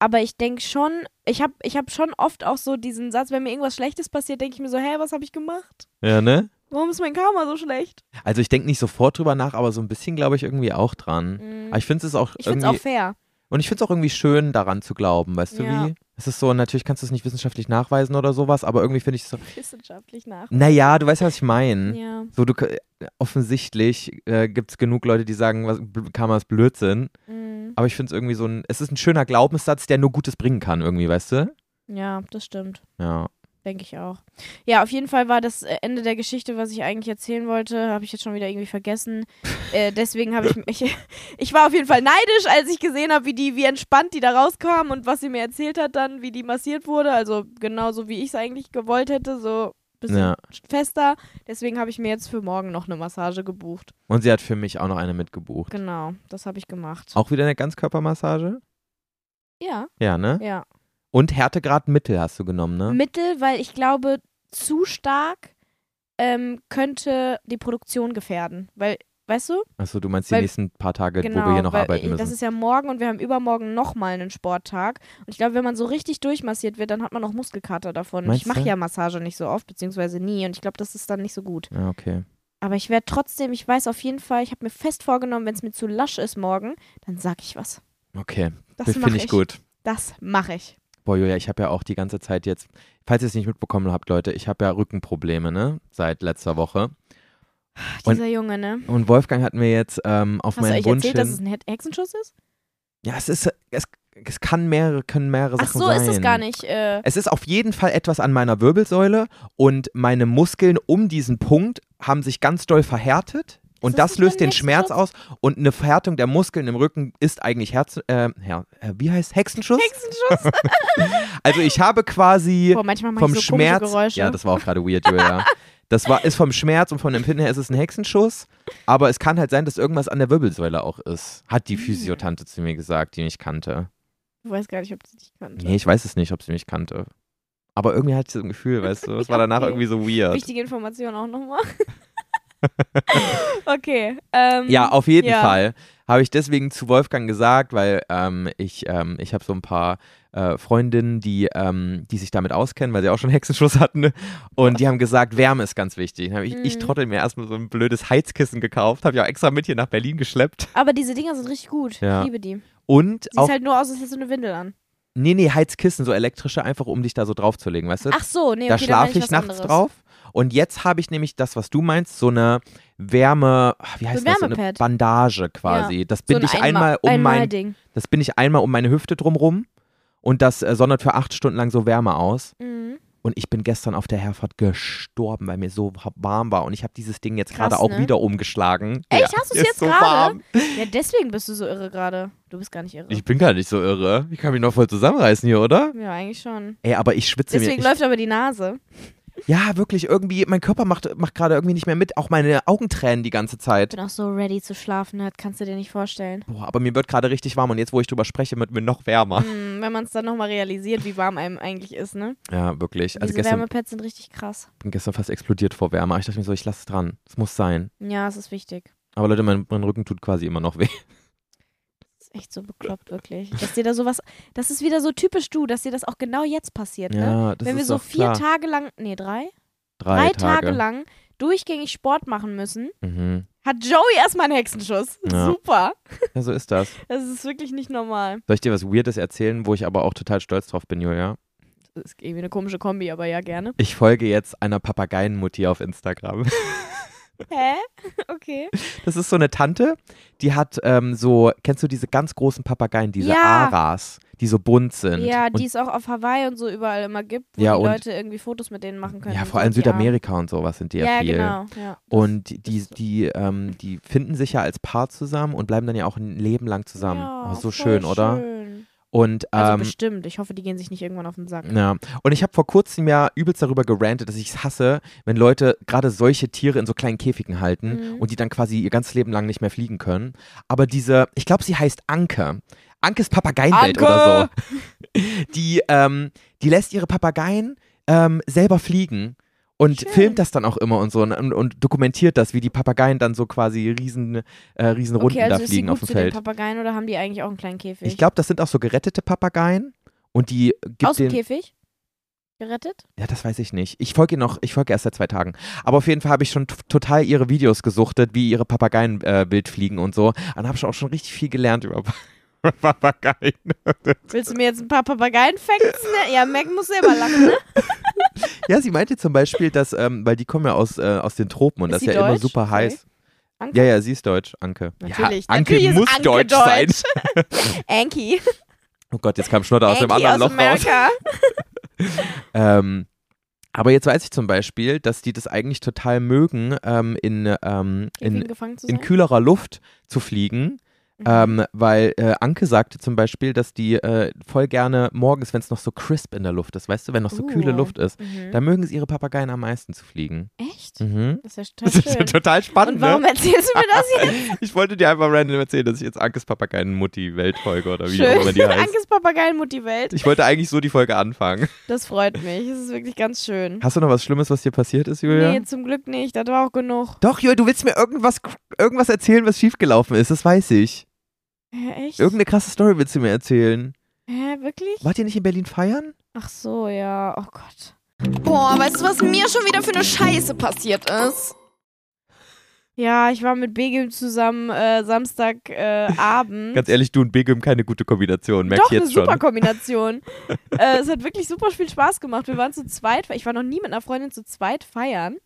Aber ich denke schon, ich habe ich hab schon oft auch so diesen Satz, wenn mir irgendwas Schlechtes passiert, denke ich mir so, hä, was habe ich gemacht? Ja, ne? Warum ist mein Karma so schlecht? Also ich denke nicht sofort drüber nach, aber so ein bisschen glaube ich irgendwie auch dran. Mhm. Aber ich finde es auch Ich finde es irgendwie auch fair. und ich finde es auch irgendwie schön daran zu glauben, weißt Ja. du wie? Es ist so natürlich kannst du es nicht wissenschaftlich nachweisen oder sowas, aber irgendwie finde ich es so Wissenschaftlich nach. Naja, du weißt ja, was ich meine. Ja. So du k- offensichtlich äh, gibt es genug Leute, die sagen, was bl- Karma ist Blödsinn, Mhm. aber ich finde es irgendwie so ein es ist ein schöner Glaubenssatz, der nur Gutes bringen kann irgendwie, weißt du? Ja, das stimmt. Ja. Denke ich auch. Ja, auf jeden Fall war das äh, Ende der Geschichte, was ich eigentlich erzählen wollte, habe ich jetzt schon wieder irgendwie vergessen. äh, deswegen habe ich mich. Ich, war auf jeden Fall neidisch, als ich gesehen habe, wie die, wie entspannt die da rauskam und was sie mir erzählt hat dann, wie die massiert wurde. Also genauso wie ich es eigentlich gewollt hätte, so ein bisschen Ja. fester. Deswegen habe ich mir jetzt für morgen noch eine Massage gebucht. Und sie hat für mich auch noch eine mitgebucht. Genau, das habe ich gemacht. Auch wieder eine Ganzkörpermassage? Ja, Ja, ne? ja. Und Härtegrad Mittel hast du genommen, ne? Mittel, weil ich glaube, zu stark ähm, könnte die Produktion gefährden. Weil, weißt du? Achso, du meinst die Weil- nächsten paar Tage, wo Genau, wir hier noch weil arbeiten ich- Das müssen. ist ja morgen und wir haben übermorgen nochmal einen Sporttag. Und ich glaube, wenn man so richtig durchmassiert wird, dann hat man auch Muskelkater davon. Und Meinst ich mache du? ja Massage nicht so oft, beziehungsweise nie. Und ich glaube, das ist dann nicht so gut. Ja, okay. Aber ich werde trotzdem, ich weiß auf jeden Fall, ich habe mir fest vorgenommen, wenn es mir zu lasch ist morgen, dann sag ich was. Okay, Das das mache finde ich. ich gut. Das mache ich. Boah, Julia, ich habe ja auch die ganze Zeit jetzt, falls ihr es nicht mitbekommen habt, Leute, ich habe ja Rückenprobleme, ne? Seit letzter Woche. Ach, Und- dieser Junge, ne? Und Wolfgang hat mir jetzt ähm, auf Hast du meinen euch Wunsch erzählt, dass es hin. ein Hex- Hexenschuss ist? Ja, es ist, es, es kann mehrere, können mehrere Ach Sachen so, sein. ist es gar nicht. Äh, Es ist auf jeden Fall etwas an meiner Wirbelsäule und meine Muskeln um diesen Punkt haben sich ganz doll verhärtet. Und das das nicht löst beim den Schmerz aus. Und eine Verhärtung der Muskeln im Rücken ist eigentlich Herz. Äh, Her- äh, wie heißt Hexenschuss? Hexenschuss? Also ich habe quasi Boah, manchmal mache vom ich so komische Schmerz. Geräusche. Ja, das war auch gerade weird, Julia. Das war, ist vom Schmerz und vom Empfinden her ist es ein Hexenschuss. Aber es kann halt sein, dass irgendwas an der Wirbelsäule auch ist. Hat die Hm. Physiotante zu mir gesagt, die mich kannte. ich weiß gar nicht, ob sie dich kannte. Nee, ich weiß es nicht, ob sie mich kannte. Aber irgendwie hatte ich so ein Gefühl, weißt du. Es war danach Okay. irgendwie so weird. Wichtige Information auch nochmal. okay. Ähm, Ja, auf jeden ja. Fall habe ich deswegen zu Wolfgang gesagt, weil ähm, ich, ähm, ich habe so ein paar äh, Freundinnen, die, ähm, die sich damit auskennen, weil sie auch schon Hexenschuss hatten. ne? Und die haben gesagt, Wärme ist ganz wichtig. Dann hab ich, ich Mhm. trottel mir erstmal so ein blödes Heizkissen gekauft, habe ich auch extra mit hier nach Berlin geschleppt. Aber diese Dinger sind richtig gut. Ja. Ich liebe die. Und Sieht auch, halt nur aus, als hättest du eine Windel an. Nee, nee, Heizkissen, so elektrische, einfach um dich da so draufzulegen, weißt du? Ach so, nee, okay, da dann meine schlafe ich was nachts anderes. drauf. Und jetzt habe ich nämlich das, was du meinst, so eine Wärme, ach, wie heißt das? So eine Wärmepad. Bandage quasi. Das So binde ein ich einmal um mein, Ding. das binde ich einmal um meine Hüfte drumrum und das äh, sondert für acht Stunden lang so Wärme aus. Mhm. Und ich bin gestern auf der Herfahrt gestorben, weil mir so warm war. Und ich habe dieses Ding jetzt Krass, gerade auch ne? wieder umgeschlagen. Echt? Hast du's mir ist jetzt so gerade? warm. Ja, deswegen bist du so irre gerade. Du bist gar nicht irre. Ich bin gar nicht so irre. Ich kann mich noch voll zusammenreißen hier, oder? ja, eigentlich schon. Ey, aber ich schwitze Deswegen mir. läuft aber die Nase. Ich, ja, wirklich, irgendwie, mein Körper macht, macht gerade irgendwie nicht mehr mit. Auch meine Augen tränen die ganze Zeit. Ich bin auch so ready zu schlafen, das kannst du dir nicht vorstellen. Boah, aber mir wird gerade richtig warm und jetzt, wo ich drüber spreche, wird mir noch wärmer. Hm, wenn man es dann nochmal realisiert, wie warm einem eigentlich ist, ne? Ja, wirklich. Also Diese gestern, Wärmepads sind richtig krass. bin gestern fast explodiert vor Wärme. Aber ich dachte mir so, ich lasse es dran. Es muss sein. Ja, es ist wichtig. Aber Leute, mein, mein Rücken tut quasi immer noch weh. ist echt so bekloppt, wirklich. Dass dir da sowas, das ist wieder so typisch du, dass dir das auch genau jetzt passiert, ne? Ja, das Wenn ist wir so doch vier klar. Tage lang, nee, drei? drei, Tage. lang durchgängig Sport machen müssen, Mhm. hat Joey erstmal einen Hexenschuss. Ja. Super. Ja, so ist das. Das ist wirklich nicht normal. Soll ich dir was Weirdes erzählen, wo ich aber auch total stolz drauf bin, Julia? Das ist irgendwie eine komische Kombi, aber ja, gerne. Ich folge jetzt einer Papageienmutti auf Instagram. Hä? Okay. Das ist so eine Tante, die hat ähm, so, kennst du diese ganz großen Papageien, diese Ja. Aras, die so bunt sind? Ja, und, die es auch auf Hawaii und so überall immer gibt, wo Ja, die und- Leute irgendwie Fotos mit denen machen können. ja und vor so. allem Die Armen. Südamerika und sowas sind die ja, Ja, viel. genau. Ja. Und die, die, die, ähm, die finden sich ja als Paar zusammen und bleiben dann ja auch ein Leben lang zusammen. Ja, oh, so voll schön, oder? schön. Und Also ähm, bestimmt. Ich hoffe, die gehen sich nicht irgendwann auf den Sack. Ja, und ich habe vor kurzem ja übelst darüber gerantet, dass ich es hasse, wenn Leute gerade solche Tiere in so kleinen Käfigen halten Mhm. und die dann quasi ihr ganzes Leben lang nicht mehr fliegen können. Aber diese, ich glaube, sie heißt Anke. Ankes Papageienwelt Anke! oder so. Die, ähm, die lässt ihre Papageien ähm, selber fliegen. Und filmt das dann auch immer und so und, und, und dokumentiert das, wie die Papageien dann so quasi riesen, äh, riesen Runden okay, also da ist sie fliegen gut auf dem zu Feld. den Papageien oder haben die eigentlich auch einen kleinen Käfig? Ich glaube, das sind auch so gerettete Papageien und die gibt Aus dem den, Käfig? Gerettet? Ja, das weiß ich nicht. Ich folge ihr noch, ich folge erst seit zwei Tagen. Aber auf jeden Fall habe ich schon t- total ihre Videos gesuchtet, wie ihre Papageien äh, wild fliegen und so. Und habe schon auch schon richtig viel gelernt über Pa- Papageien. Willst du mir jetzt ein paar Papageien-Facts? Ne? Ja, Mac muss selber lachen, ne? Ja, sie meinte zum Beispiel, dass, ähm, weil die kommen ja aus, äh, aus den Tropen und Ist das sie ist ja immer deutsch? super Sorry. heiß. Anke? Ja, ja, sie ist deutsch, Anke. Natürlich. Ja, Anke Natürlich ist muss Anke deutsch, sein. deutsch. Anki. Oh Gott, jetzt kam Schnutter aus dem Anki anderen aus Loch raus. Amerika. Ähm, aber jetzt weiß ich zum Beispiel, dass die das eigentlich total mögen, ähm, in, ähm, in, Käfig gefangen zu sein? in kühlerer Luft zu fliegen. Mhm. Ähm, weil äh, Anke sagte zum Beispiel, dass die äh, voll gerne morgens, wenn es noch so crisp in der Luft ist, weißt du, wenn noch so kühle Uh. Luft ist, Mhm. da mögen sie ihre Papageien am meisten zu fliegen. Echt? Mhm. Das ist ja Das ist ja total schön. total spannend, Und warum ne? erzählst du mir das jetzt? Ich wollte dir einfach random erzählen, dass ich jetzt Ankes Papageien-Mutti-Welt folge oder wie auch immer die Schön. heißt. Ankes Papageien-Mutti-Welt. Ich wollte eigentlich so die Folge anfangen. Das freut mich. Das ist wirklich ganz schön. Hast du noch was Schlimmes, was dir passiert ist, Julia? Nee, zum Glück nicht. Das war auch genug. Doch, Julia, du willst mir irgendwas, irgendwas erzählen, was schiefgelaufen ist, das weiß ich. Hä, echt? Irgendeine krasse Story willst du mir erzählen. Hä, wirklich? Wart ihr nicht in Berlin feiern? Ach so, ja. Oh Gott. Boah, weißt du, was mir schon wieder für eine Scheiße passiert ist? Ja, ich war mit Begim zusammen äh, Samstagabend. Äh, Abend. Ganz ehrlich, du und Begum keine gute Kombination, merk Doch, ich jetzt eine schon. super Kombination. äh, es hat wirklich super viel Spaß gemacht. Wir waren zu zweit. Ich war noch nie mit einer Freundin zu zweit feiern.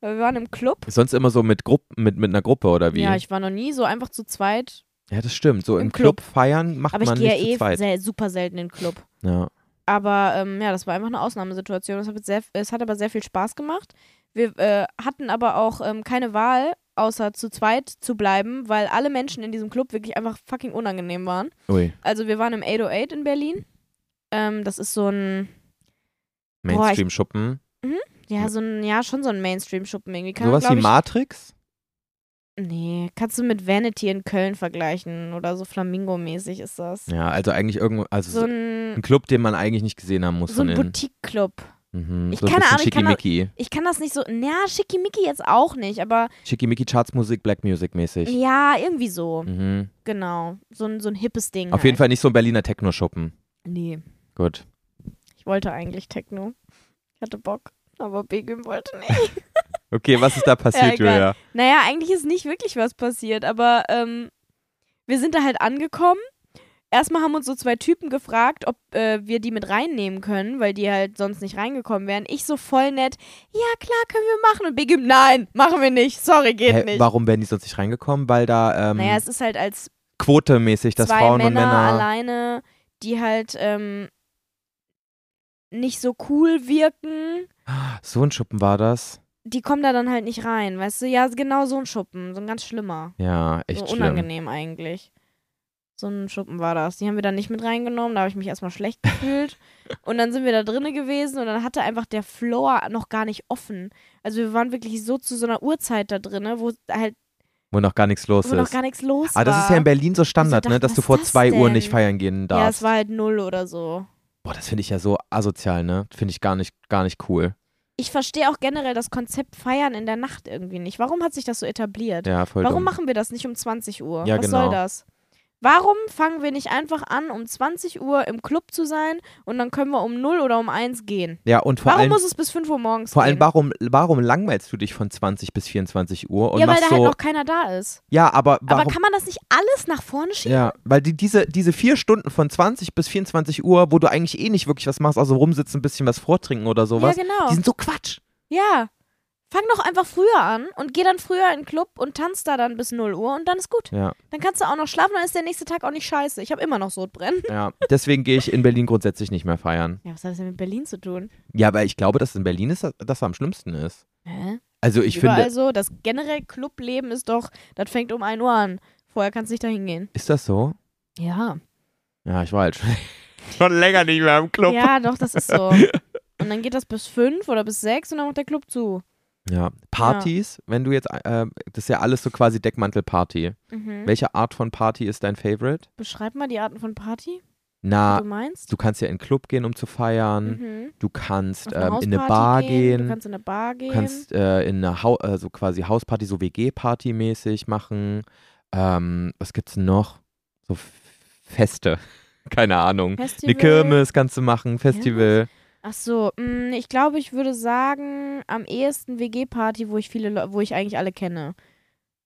weil Wir waren im Club. Sonst immer so mit, Grupp, mit, mit einer Gruppe oder wie? Ja, ich war noch nie so einfach zu zweit. Ja, das stimmt. So im, Im Club. feiern macht Aber ich man gehe ja nicht zu eh zweit. sel super selten in den Club. Ja. Aber ähm, ja, das war einfach eine Ausnahmesituation. Es hat, jetzt sehr, es hat aber sehr viel Spaß gemacht. Wir äh, hatten aber auch ähm, keine Wahl, außer zu zweit zu bleiben, weil alle Menschen in diesem Club wirklich einfach fucking unangenehm waren. Ui, Also wir waren im 808 in Berlin. Ähm, das ist so ein, ich- Mainstream-Schuppen. ja, so ein, ja, schon so ein Mainstream-Schuppen irgendwie. Kann man, Sowas glaub wie ich, Matrix? Nee, kannst du mit Vanity in Köln vergleichen oder so Flamingo-mäßig ist das. Ja, also eigentlich irgendwo, also So so ein, ein, Club, den man eigentlich nicht gesehen haben muss so ein von innen. Boutique-Club. Mhm, Ich- so ein keine bisschen Ahnung, ich kann Schickimicki. Ich kann das nicht so, na, schickimicki jetzt auch nicht, aber Schickimicki Chartsmusik, Black Music mäßig. ja, irgendwie so. Mhm. Genau. So ein, so ein hippes Ding. Auf jeden Fall nicht so ein Berliner Techno-Schuppen. Fall. Nee. Gut. Ich wollte eigentlich Techno. Ich hatte Bock. Aber Begüm wollte nicht. Okay, was ist da passiert, egal. Julia? Naja, eigentlich ist nicht wirklich was passiert, aber ähm, wir sind da halt angekommen. erstmal haben uns so zwei Typen gefragt, ob äh, wir die mit reinnehmen können, weil die halt sonst nicht reingekommen wären. Ich so voll nett, ja klar, können wir machen. Und Begüm, nein, machen wir nicht. Sorry, geht Hä, nicht. warum wären die sonst nicht reingekommen? Weil da ähm, Naja, es ist halt als quotemäßig, dass zwei Frauen Männer, und Männer. alleine, die halt ähm, nicht so cool wirken, So ein Schuppen war das. die kommen da dann halt nicht rein, weißt du? Ja, genau so ein Schuppen, so ein ganz schlimmer. Ja, echt so schlimm. unangenehm eigentlich. So ein Schuppen war das. Die haben wir dann nicht mit reingenommen, da habe ich mich erstmal schlecht gefühlt. und dann sind wir da drinnen gewesen und dann hatte einfach der Floor noch gar nicht offen. Also wir waren wirklich so zu so einer Uhrzeit da drinnen, wo halt Wo noch gar nichts los wo noch ist. gar nichts los war. Aber das ist ja in Berlin so Standard, dachten, ne? Dass was du vor ist das 2 Uhr denn? nicht feiern gehen Ja, es darfst. war halt null oder so. Boah, das finde ich ja so asozial, ne? Finde ich gar nicht, gar nicht cool. Ich verstehe auch generell das Konzept Feiern in der Nacht irgendwie nicht. Warum hat sich das so etabliert? Ja, voll Warum dumm. machen wir das nicht um 20 Uhr? Ja, Was genau. soll das? Warum fangen wir nicht einfach an, um 20 Uhr im Club zu sein und dann können wir um 0 oder um 1 gehen? ja, und vor warum allem, muss es bis 5 Uhr morgens vor allem gehen? warum, warum langweilst du dich von 20 bis 24 Uhr und ja, weil machst da halt so. noch keiner da ist. ja, aber warum? Aber kann man das nicht alles nach vorne schieben? ja, weil die, diese, diese vier Stunden von 20 bis 24 Uhr, wo du eigentlich eh nicht wirklich was machst, also rumsitzen, ein bisschen was vortrinken oder sowas, genau. die sind so Quatsch. Ja. Fang doch einfach früher an und geh dann früher in den Club und tanz da dann bis 0 Uhr und dann ist gut. Ja, Dann kannst du auch noch schlafen, dann ist der nächste Tag auch nicht scheiße. Ich habe immer noch Sodbrennen. ja. Deswegen gehe ich in Berlin grundsätzlich nicht mehr feiern. Ja, was hat das denn mit Berlin zu tun? Ja, aber ich glaube, dass in Berlin ist, das- das am schlimmsten ist. Hä? Also ich Überall finde, so, das generell Clubleben ist doch, das fängt um 1 Uhr an. Vorher kannst du nicht da hingehen. ist das so? Ja. Ja, ich war halt schon, schon länger nicht mehr im Club. Ja, doch, das ist so. Und dann geht das bis 5 oder bis 6 und dann macht der Club zu. Ja, Partys, wenn du jetzt, äh, das ist ja alles so quasi Deckmantel-Party. Mhm. Welche Art von Party ist dein Favorite? Beschreib mal die Arten von Party, die Na, du meinst. du kannst ja in einen Club gehen, um zu feiern. Also Mhm. Du kannst Auf ähm, in eine Hausparty Bar gehen. Du kannst in eine Bar gehen. Du kannst äh, in einer Hau äh, so quasi Hausparty, so WG-Party mäßig machen. Ähm, was gibt's denn noch? So F- Feste. Keine Ahnung. Festival. Eine Kirmes kannst du machen, Festival. Ach so, mh, ich glaube, ich würde sagen, am ehesten WG-Party, wo ich viele, Leu- wo ich eigentlich alle kenne.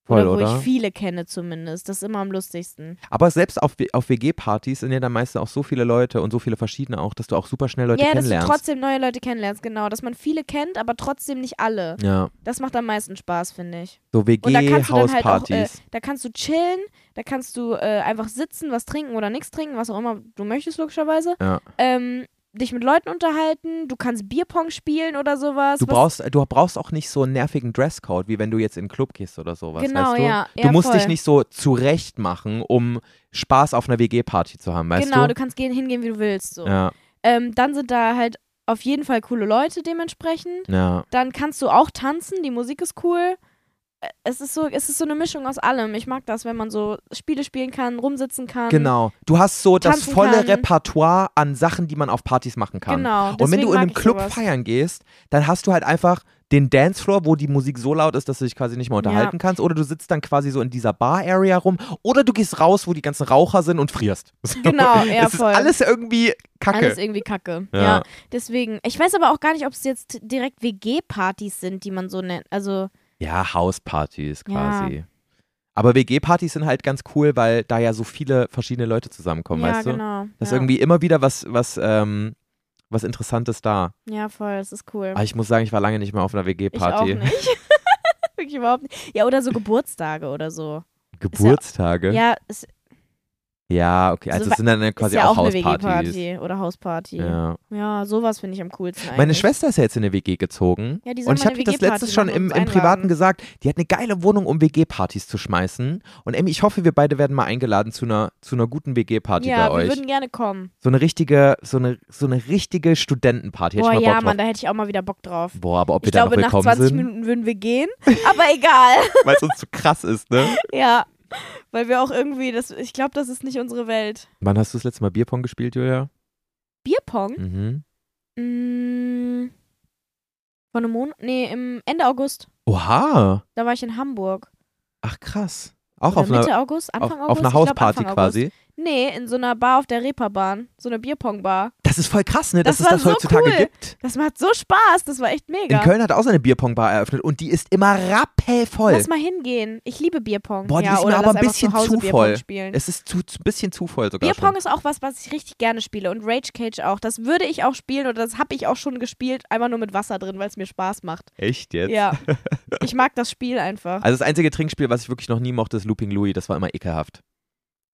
Voll, oder wo oder? ich viele kenne zumindest. Das ist immer am lustigsten. Aber selbst auf, W- auf WG-Partys sind ja dann meistens auch so viele Leute und so viele verschiedene auch, dass du auch super schnell Leute ja, dass du kennenlernst. trotzdem neue Leute kennenlernst, genau. Dass man viele kennt, aber trotzdem nicht alle. ja, Das macht am meisten Spaß, finde ich. so Und da kannst du dann halt auch, äh, WG-Hauspartys. da kannst du chillen, da kannst du äh, einfach sitzen, was trinken oder nichts trinken, was auch immer du möchtest, logischerweise. Ja. Ähm, dich mit Leuten unterhalten, du kannst Bierpong spielen oder sowas. Du was- brauchst, du brauchst auch nicht so einen nervigen Dresscode, wie wenn du jetzt in den Club gehst oder sowas, Genau, weißt du? ja. Du Ja, musst dich voll. nicht so zurecht machen, um Spaß auf einer WG-Party zu haben, weißt Genau, du, du? kannst gehen, hingehen, wie du willst. So. Ja, Ähm, dann sind da halt auf jeden Fall coole Leute dementsprechend. ja. Dann kannst du auch tanzen, die Musik ist cool. Äh, Es ist so, es ist so eine Mischung aus allem. Ich mag das, wenn man so Spiele spielen kann, rumsitzen kann. Genau. Du hast so das tanzen volle kann. Repertoire an Sachen, die man auf Partys machen kann. Genau. Und wenn deswegen du in mag einem ich Club sowas. feiern gehst, dann hast du halt einfach den Dancefloor, wo die Musik so laut ist, dass du dich quasi nicht mehr unterhalten kannst. Oder du sitzt dann quasi so in dieser Bar-Area rum. Oder du gehst raus, wo die ganzen Raucher sind und frierst. So. Genau, ja, es ist voll. alles irgendwie kacke. Alles irgendwie kacke. Ja. Ja. Deswegen, ich weiß aber auch gar nicht, ob es jetzt direkt WG-Partys sind, die man so nennt. Also, Ja, Hauspartys quasi. Aber WG-Partys sind halt ganz cool, weil da ja so viele verschiedene Leute zusammenkommen, ja, weißt du? genau. Das ist ja. irgendwie immer wieder was, was, ähm, was Interessantes da. ja, voll, das ist cool. Aber ich muss sagen, ich war lange nicht mehr auf einer ich auch WG-Party. nicht. Wirklich überhaupt nicht. Ja, oder so Geburtstage oder so. Geburtstage? Ja, Ja, es So okay. Also, wa- es sind dann quasi ist ja auch, eine Hauspartys. WG-Party oder Hausparty. Ja, Ja. sowas finde ich am coolsten eigentlich. Meine Schwester ist ja jetzt in eine WG gezogen. Ja, die soll und ich mal habe eine dir das WG-Party letztens schon machen im, und im uns Privaten einladen. gesagt. Die hat eine geile Wohnung, um WG-Partys zu schmeißen. Und Emmy, ich hoffe, wir beide werden mal eingeladen zu einer, zu einer guten WG-Party ja, bei wir euch. würden gerne kommen. So eine richtige, so eine, so eine richtige Studentenparty. Hätte Boah, ich mal ja, Bock Mann, drauf. da hätte ich auch mal wieder Bock drauf. Boah, aber ob wir Ich da noch glaube, nach willkommen 20 sind, Minuten würden wir gehen, aber egal. weil es uns zu krass ist, ne? ja, weil wir auch irgendwie, das, ich glaube, das ist nicht unsere Welt. Wann hast du das letzte Mal Bierpong gespielt, Julia? Bierpong? Mhm. Mm, von einem Monat? Nee, im Ende August. Oha. Da war ich in Hamburg. Ach, krass. Auch Oder auf einer, Mitte August, auf, Anfang auf August? einer Ich glaub, Hausparty Anfang August. quasi. Nee, in so einer Bar auf der Reeperbahn. So eine Bierpong-Bar. Das ist voll krass, ne? Dass Das es war das so heutzutage cool. gibt. Das macht so Spaß. Das war echt In mega. Köln hat auch seine Bierpongbar eröffnet und die ist immer rappelvoll. Lass mal hingehen. Ich liebe Bierpong. Boah, die ja, ist mir oder aber ein lass einfach bisschen zu Hause zu Bierpong voll. Spielen. Es ist zu, zu, ein bisschen zu voll sogar. Bierpong schon. ist auch was, was ich richtig gerne spiele und Rage Cage auch. Das würde ich auch spielen oder das habe ich auch schon gespielt, einfach nur mit Wasser drin, weil es mir Spaß macht. Echt jetzt? Ja. Ich mag das Spiel einfach. Also das einzige Trinkspiel, was ich wirklich noch nie mochte, ist Looping Louis. Das war immer ekelhaft.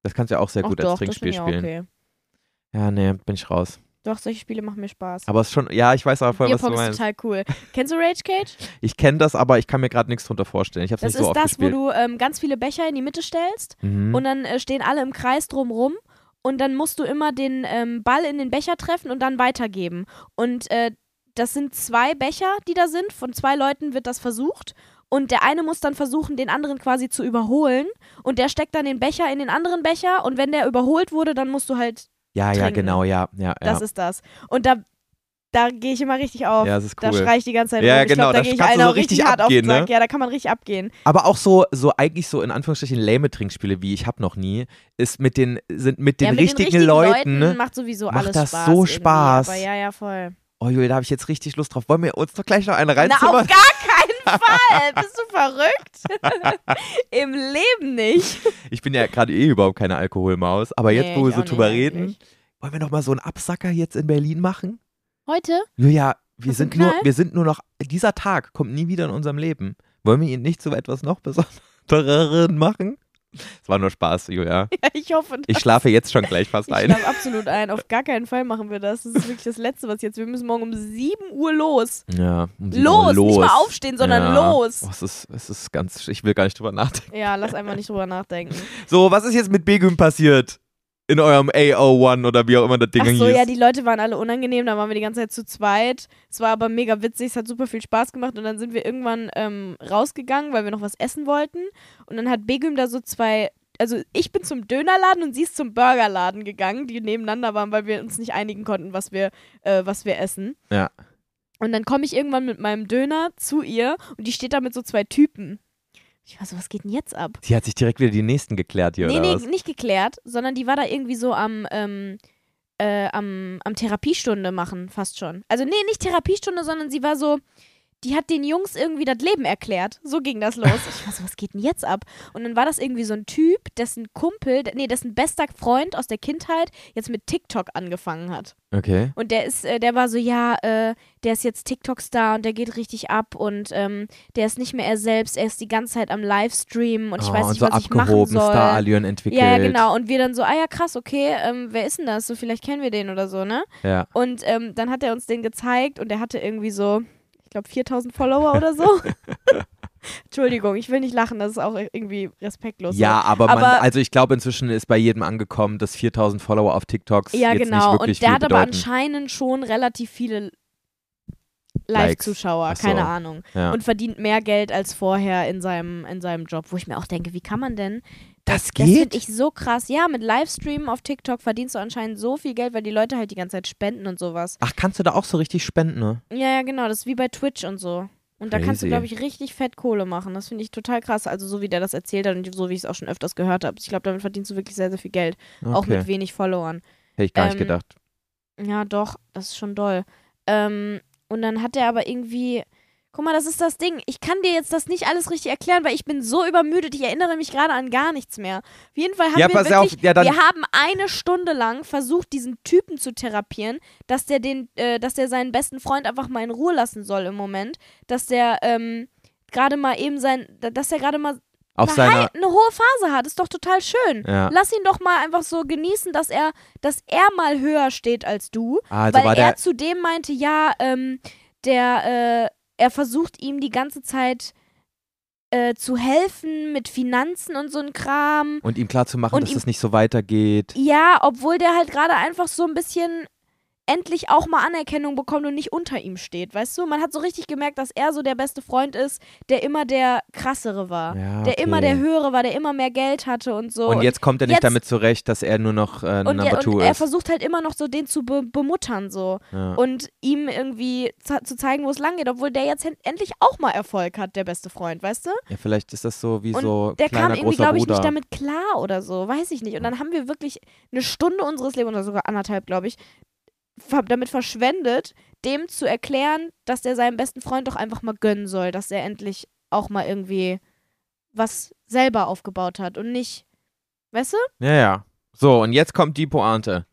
Das kannst du ja auch sehr Ach gut doch, als Trinkspiel das find ich spielen. auch okay. Ja, nee, bin ich raus. Doch, solche Spiele machen mir Spaß. Aber es ist schon, ja, ich weiß aber voll, was du Bierpong ist meinst. total cool. Kennst du Rage Cage? Ich kenne das, aber ich kann mir gerade nichts drunter vorstellen. Ich habe es Das nicht ist so oft das, gespielt. wo du ähm, ganz viele Becher in die Mitte stellst mhm. und dann äh, stehen alle im Kreis drumrum und dann musst du immer den ähm, Ball in den Becher treffen und dann weitergeben. Und äh, das sind zwei Becher, die da sind. Von zwei Leuten wird das versucht. Und der eine muss dann versuchen, den anderen quasi zu überholen. Und der steckt dann den Becher in den anderen Becher. Und wenn der überholt wurde, dann musst du halt. ja, ja, trinken. genau, ja, ja, Das ja. ist das. Und da, da gehe ich immer richtig auf. ja, das ist Da cool. schrei ich die ganze Zeit Ja, rum. Ich genau, glaub, da da gehe ich kannst du einer so richtig hart abgehen, auf den Sack. ne? Ja, da kann man richtig abgehen. Aber auch so, so eigentlich so in Anführungsstrichen lame Trinkspiele wie ich hab noch nie, ist mit den, sind mit den, ja, mit richtigen, den richtigen Leuten. ne? macht sowieso macht alles das Spaß. so irgendwie, Spaß. Aber ja, ja, voll. Oh Julia, da habe ich jetzt richtig Lust drauf. Wollen wir uns doch gleich noch eine Na, auf reinzimmern? gar keinen Fall. Bist du verrückt? Im Leben nicht. Ich bin ja gerade eh überhaupt keine Alkoholmaus, aber Nee, jetzt, wo ich wir so auch drüber nicht reden, eigentlich. wollen wir noch mal so einen Absacker jetzt in Berlin machen? Heute? Julia, wir Hast du sind, einen nur, Knall? wir sind nur noch, dieser Tag kommt nie wieder in unserem Leben. Wollen wir ihn nicht zu etwas noch Besondereren machen? Es war nur Spaß, Julia. Ja, ich hoffe nicht. Ich schlafe jetzt schon gleich fast Ich ein. schlafe absolut ein. Auf gar keinen Fall machen wir das. Das ist wirklich das Letzte, was jetzt. Wir müssen morgen um 7 Uhr los. Ja, um sieben Uhr Los! los. Nicht mal aufstehen, sondern ja. los! Oh, es, ist, es ist ganz, ich will gar nicht drüber nachdenken. Ja, lass einfach nicht drüber nachdenken. So, was ist jetzt mit Begüm passiert? In eurem AO1 oder wie auch immer das Ding Ach so, hieß. ja, die Leute waren alle unangenehm, da waren wir die ganze Zeit zu zweit. Es war aber mega witzig, es hat super viel Spaß gemacht und dann sind wir irgendwann ähm, rausgegangen, weil wir noch was essen wollten. Und dann hat Begüm da so zwei, also ich bin zum Dönerladen und sie ist zum Burgerladen gegangen, die nebeneinander waren, weil wir uns nicht einigen konnten, was wir, äh, was wir essen. Ja. Und dann komme ich irgendwann mit meinem Döner zu ihr und die steht da mit so zwei Typen. Ich war so, was geht denn jetzt ab? Sie hat sich direkt wieder die nächsten geklärt hier, Nee, oder nee, was? nicht geklärt, sondern die war da irgendwie so am, ähm, äh, am, am Therapiestunde machen, fast schon. Also, nee, nicht Therapiestunde, sondern sie war so, die hat den Jungs irgendwie das Leben erklärt. So ging das los. Ich war so, was geht denn jetzt ab? Und dann war das irgendwie so ein Typ, dessen Kumpel, nee, dessen bester Freund aus der Kindheit jetzt mit TikTok angefangen hat. Okay. Und der ist, äh, der war so, ja, äh, der ist jetzt TikTok-Star und der geht richtig ab und ähm, der ist nicht mehr er selbst, er ist die ganze Zeit am Livestream und ich oh, weiß und nicht, so was ich machen abgehoben soll. Starallüren entwickelt. Ja, ja, genau. Und wir dann so, ah ja, krass, okay, ähm, wer ist denn das? So, vielleicht kennen wir den oder so, ne? Ja. Und ähm, dann hat er uns den gezeigt und er hatte irgendwie so, ich glaube, 4000 Follower oder so. Entschuldigung, ich will nicht lachen, das ist auch irgendwie respektlos. ne? Ja, aber, man, Aber- also ich glaube, inzwischen ist bei jedem angekommen, dass 4000 Follower auf TikToks Ja, jetzt genau. nicht Und wirklich der viel hat aber bedeuten. anscheinend schon relativ viele Likes. Live-Zuschauer, Ach so. keine Ahnung. Ja. Und verdient mehr Geld als vorher in seinem, in seinem Job, wo ich mir auch denke, wie kann man denn? Das Das geht? finde ich so krass. Ja, mit Livestreamen auf TikTok verdienst du anscheinend so viel Geld, weil die Leute halt die ganze Zeit spenden und sowas. Ach, kannst du da auch so richtig spenden, ne? Ja, ja, genau. Das ist wie bei Twitch und so. Und da kannst du, Crazy. glaube ich, richtig fett Kohle machen. Das finde ich total krass. Also so wie der das erzählt hat und so wie ich es auch schon öfters gehört habe. Ich glaube, damit verdienst du wirklich sehr, sehr viel Geld. Okay. Auch mit wenig Followern. Hätte ich gar nicht ähm, gedacht. Ja, doch, das ist schon doll. Ähm, und dann hat er aber irgendwie. Guck mal, das ist das Ding. Ich kann dir jetzt das nicht alles richtig erklären, weil ich bin so übermüdet. Ich erinnere mich gerade an gar nichts mehr. Auf jeden Fall haben Ja, wir pass wirklich, auf, ja, dann- wir haben eine Stunde lang versucht, diesen Typen zu therapieren, dass der den, äh, dass der seinen besten Freund einfach mal in Ruhe lassen soll im Moment, dass der ähm, gerade mal eben sein, dass er gerade mal Auf eine, seiner. hei- eine hohe Phase hat. Ist doch total schön. Ja. Lass ihn doch mal einfach so genießen, dass er, dass er mal höher steht als du. Ah, Also weil war er der. zu dem meinte, ja, ähm, der, äh, er versucht ihm die ganze Zeit äh, zu helfen mit Finanzen und so ein Kram. Und ihm klarzumachen, und dass ihm- das nicht so weitergeht. Ja, obwohl der halt gerade einfach so ein bisschen endlich auch mal Anerkennung bekommt und nicht unter ihm steht, weißt du? Man hat so richtig gemerkt, dass er so der beste Freund ist, der immer der krassere war, Ja, der okay. immer der höhere war, der immer mehr Geld hatte und so. Und jetzt kommt er nicht jetzt- damit zurecht, dass er nur noch äh, und, Number er, Two und er ist. versucht halt immer noch so den zu be bemuttern so Ja. und ihm irgendwie zu, zu zeigen, wo es lang geht, obwohl der jetzt hen- endlich auch mal Erfolg hat, der beste Freund, weißt du? Ja, vielleicht ist das so wie Und so der kleiner kam irgendwie, großer glaube ich, Bruder. nicht damit klar oder so, weiß ich nicht. Und dann haben wir wirklich eine Stunde unseres Lebens oder sogar anderthalb, glaube ich, ver damit verschwendet, dem zu erklären, dass der seinem besten Freund doch einfach mal gönnen soll, dass er endlich auch mal irgendwie was selber aufgebaut hat und nicht, weißt du? ja, ja. So, und jetzt kommt die Pointe.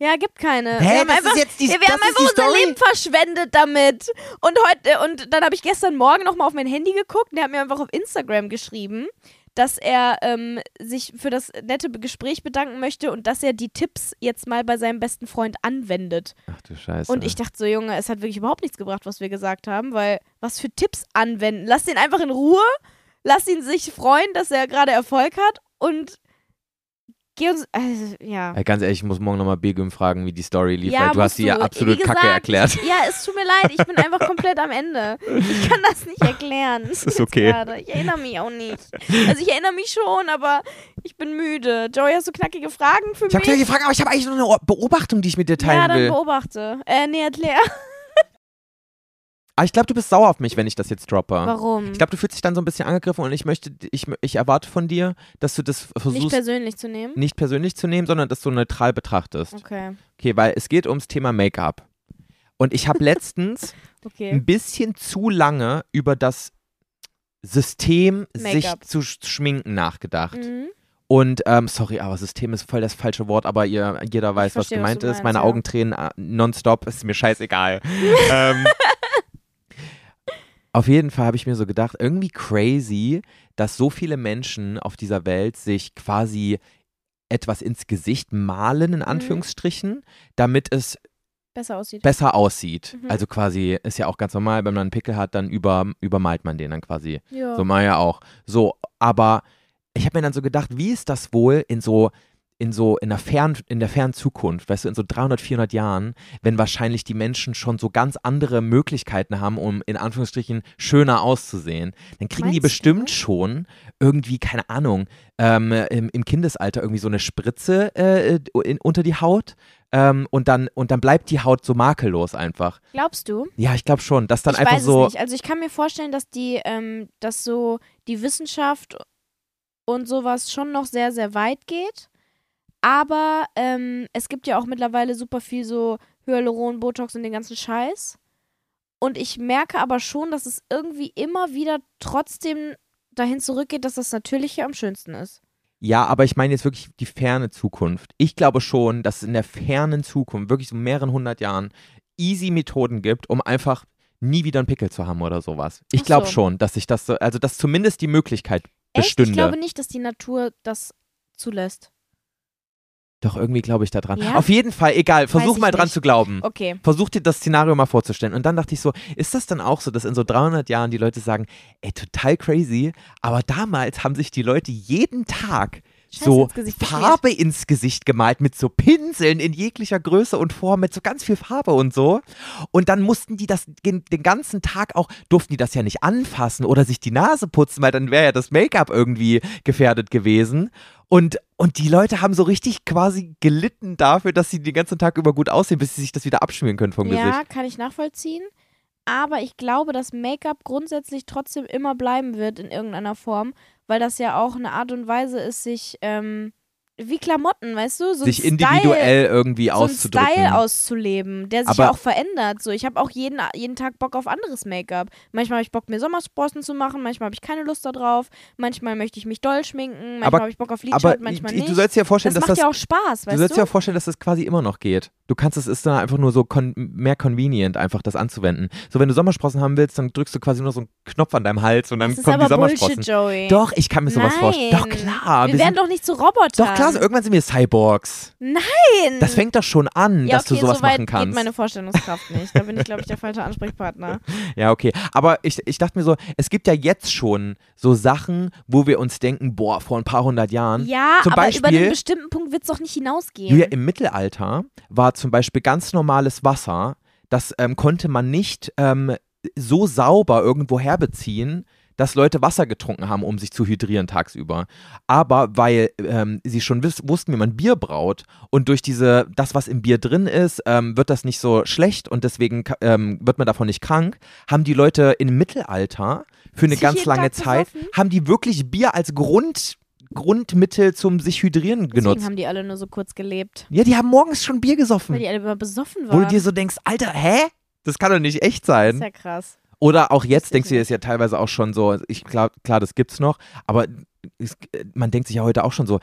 Ja, gibt keine. wir haben einfach, jetzt wir haben einfach unser Leben verschwendet damit. Und heute und dann habe ich gestern Morgen noch mal auf mein Handy geguckt. Und der hat mir einfach auf Instagram geschrieben, dass er ähm, sich für das nette Gespräch bedanken möchte und dass er die Tipps jetzt mal bei seinem besten Freund anwendet. Ach du Scheiße. Und ich dachte so, Junge, es hat wirklich überhaupt nichts gebracht, was wir gesagt haben, weil was für Tipps anwenden? Lass den einfach in Ruhe, lass ihn sich freuen, dass er gerade Erfolg hat und geh uns. Also, ja. Ey, ganz ehrlich, ich muss morgen nochmal Begüm fragen, wie die Story lief, Ja, weil du musst hast sie ja du. absolut Wie gesagt, kacke erklärt. Ja, es tut mir leid, ich bin einfach komplett am Ende. Ich kann das nicht erklären. Das ist okay. Ich erinnere mich auch nicht. Also ich erinnere mich schon, aber ich bin müde. Joey, hast du knackige Fragen für Ich habe gleich mich? gefragt, aber ich habe eigentlich noch eine O- Beobachtung, die ich mit dir ja, teilen dann will. beobachte. Äh, nee, erklär. Aber ich glaube, du bist sauer auf mich, wenn ich das jetzt droppe. Warum? Ah. Ich glaube, du fühlst dich dann so ein bisschen angegriffen und ich möchte, ich, ich erwarte von dir, dass du das nicht versuchst, persönlich zu nehmen? nicht persönlich zu nehmen, sondern dass du neutral betrachtest. Okay, Okay, weil es geht ums Thema Make-up. Und ich habe letztens okay. ein bisschen zu lange über das System, sich Make-up. zu sch- schminken nachgedacht. Mhm. Und ähm, sorry, aber System ist voll das falsche Wort, aber ihr, jeder weiß, was verstehe, was gemeint du ist. meinst, Meine ja. Augen tränen äh, nonstop, ist mir scheißegal. ähm, auf jeden Fall habe ich mir so gedacht, irgendwie crazy, dass so viele Menschen auf dieser Welt sich quasi etwas ins Gesicht malen, Mhm. in Anführungsstrichen, damit es Besser aussieht. besser aussieht. Mhm. Also quasi ist ja auch ganz normal, wenn man einen Pickel hat, dann über, übermalt man den dann quasi. ja. So mal ja auch. So, aber ich habe mir dann so gedacht, wie ist das wohl in so in so in der fern in der fernen Zukunft, weißt du, in so 300 400 Jahren, wenn wahrscheinlich die Menschen schon so ganz andere Möglichkeiten haben, um in Anführungsstrichen schöner auszusehen, dann kriegen Meinst die du? bestimmt schon irgendwie keine Ahnung ähm, im, im Kindesalter irgendwie so eine Spritze äh, in, unter die Haut ähm, und dann und dann bleibt die Haut so makellos einfach. Glaubst du? Ja, ich glaube schon, dass dann ich einfach weiß so es nicht. Also ich kann mir vorstellen, dass die, ähm, dass so die Wissenschaft und sowas schon noch sehr, sehr weit geht. Aber ähm, es gibt ja auch mittlerweile super viel so Hyaluron, Botox und den ganzen Scheiß. Und ich merke aber schon, dass es irgendwie immer wieder trotzdem dahin zurückgeht, dass das Natürliche am schönsten ist. Ja, aber ich meine jetzt wirklich die ferne Zukunft. Ich glaube schon, dass es in der fernen Zukunft, wirklich so mehreren hundert Jahren, easy Methoden gibt, um einfach nie wieder einen Pickel zu haben oder sowas. Ich Ach glaube so. schon, dass ich das so, also dass zumindest die Möglichkeit Echt? bestünde. Ich glaube nicht, dass die Natur das zulässt. Doch irgendwie glaube ich da dran. Ja? Auf jeden Fall, egal, versuch ich mal dran nicht. zu glauben. Okay. Versuch dir das Szenario mal vorzustellen. Und dann dachte ich so, ist das dann auch so, dass in so 300 Jahren die Leute sagen, ey, total crazy, aber damals haben sich die Leute jeden Tag Scheiße so ins Gesicht geschmiert. Farbe ins Gesicht gemalt mit so Pinseln in jeglicher Größe und Form, mit so ganz viel Farbe und so. Und dann mussten die das den, den ganzen Tag auch, durften die das ja nicht anfassen oder sich die Nase putzen, weil dann wäre ja das Make-up irgendwie gefährdet gewesen. Und, und die Leute haben so richtig quasi gelitten dafür, dass sie den ganzen Tag über gut aussehen, bis sie sich das wieder abschmieren können vom Ja, Gesicht. kann ich nachvollziehen. Aber ich glaube, dass Make-up grundsätzlich trotzdem immer bleiben wird in irgendeiner Form, weil das ja auch eine Art und Weise ist, sich ähm, wie Klamotten, weißt du, so Sich ein Style, individuell irgendwie so ein auszudrücken. Style auszuleben, der sich Aber- ja auch verändert. So, ich habe auch jeden, jeden Tag Bock auf anderes Make-up. Manchmal habe ich Bock, mir Sommersprossen zu machen, manchmal habe ich keine Lust darauf, manchmal möchte ich mich doll schminken, Aber- manchmal habe ich Bock auf aber Lidschatten, manchmal i- i- nicht. du sollst dir ja vorstellen, das macht dass das ja auch Spaß, Du weißt sollst du? dir ja vorstellen, dass das quasi immer noch geht. Du kannst es ist dann einfach nur so con mehr convenient, einfach das anzuwenden. So, wenn du Sommersprossen haben willst, dann drückst du quasi nur so einen Knopf an deinem Hals und dann das ist kommen die aber Sommersprossen. Bullshit, Joey. Doch, ich kann mir sowas Nein. vorstellen. Doch, klar. Wir, Ah, wir werden sind, doch nicht zu Robotern. doch, klar, so irgendwann sind wir Cyborgs. Nein. Das fängt doch schon an, ja, dass okay, du sowas so weit machen geht kannst. meine Vorstellungskraft nicht. Da bin ich, glaube ich, der falsche Ansprechpartner. Ja, okay. Aber ich, ich dachte mir so, es gibt ja jetzt schon so Sachen, wo wir uns denken, boah, vor ein paar hundert Jahren. Ja, Zum aber über Beispiel- einen bestimmten Punkt wird es doch nicht hinausgehen. Julia, im Mittelalter war zum Beispiel ganz normales Wasser, das ähm, konnte man nicht ähm, so sauber irgendwo herbeziehen, dass Leute Wasser getrunken haben, um sich zu hydrieren tagsüber. Aber weil ähm, sie schon wiss wussten, wie man Bier braut und durch diese, das, was im Bier drin ist, ähm, wird das nicht so schlecht und deswegen ka- ähm, wird man davon nicht krank, haben die Leute im Mittelalter für eine Sich ganz jeden lange Tag Zeit, besoffen? haben die wirklich Bier als Grund, Grundmittel zum sich hydrieren Deswegen genutzt. haben die alle nur so kurz gelebt. Ja, die haben morgens schon Bier Weil gesoffen. die alle immer besoffen waren. Wo du dir so denkst, Alter, hä? Das kann doch nicht das ist echt sein. ja ne? krass. Oder auch jetzt denkst du dir das ja teilweise auch schon so, ich klar, klar, das gibt's noch, aber es, äh, man denkt sich ja heute auch schon so,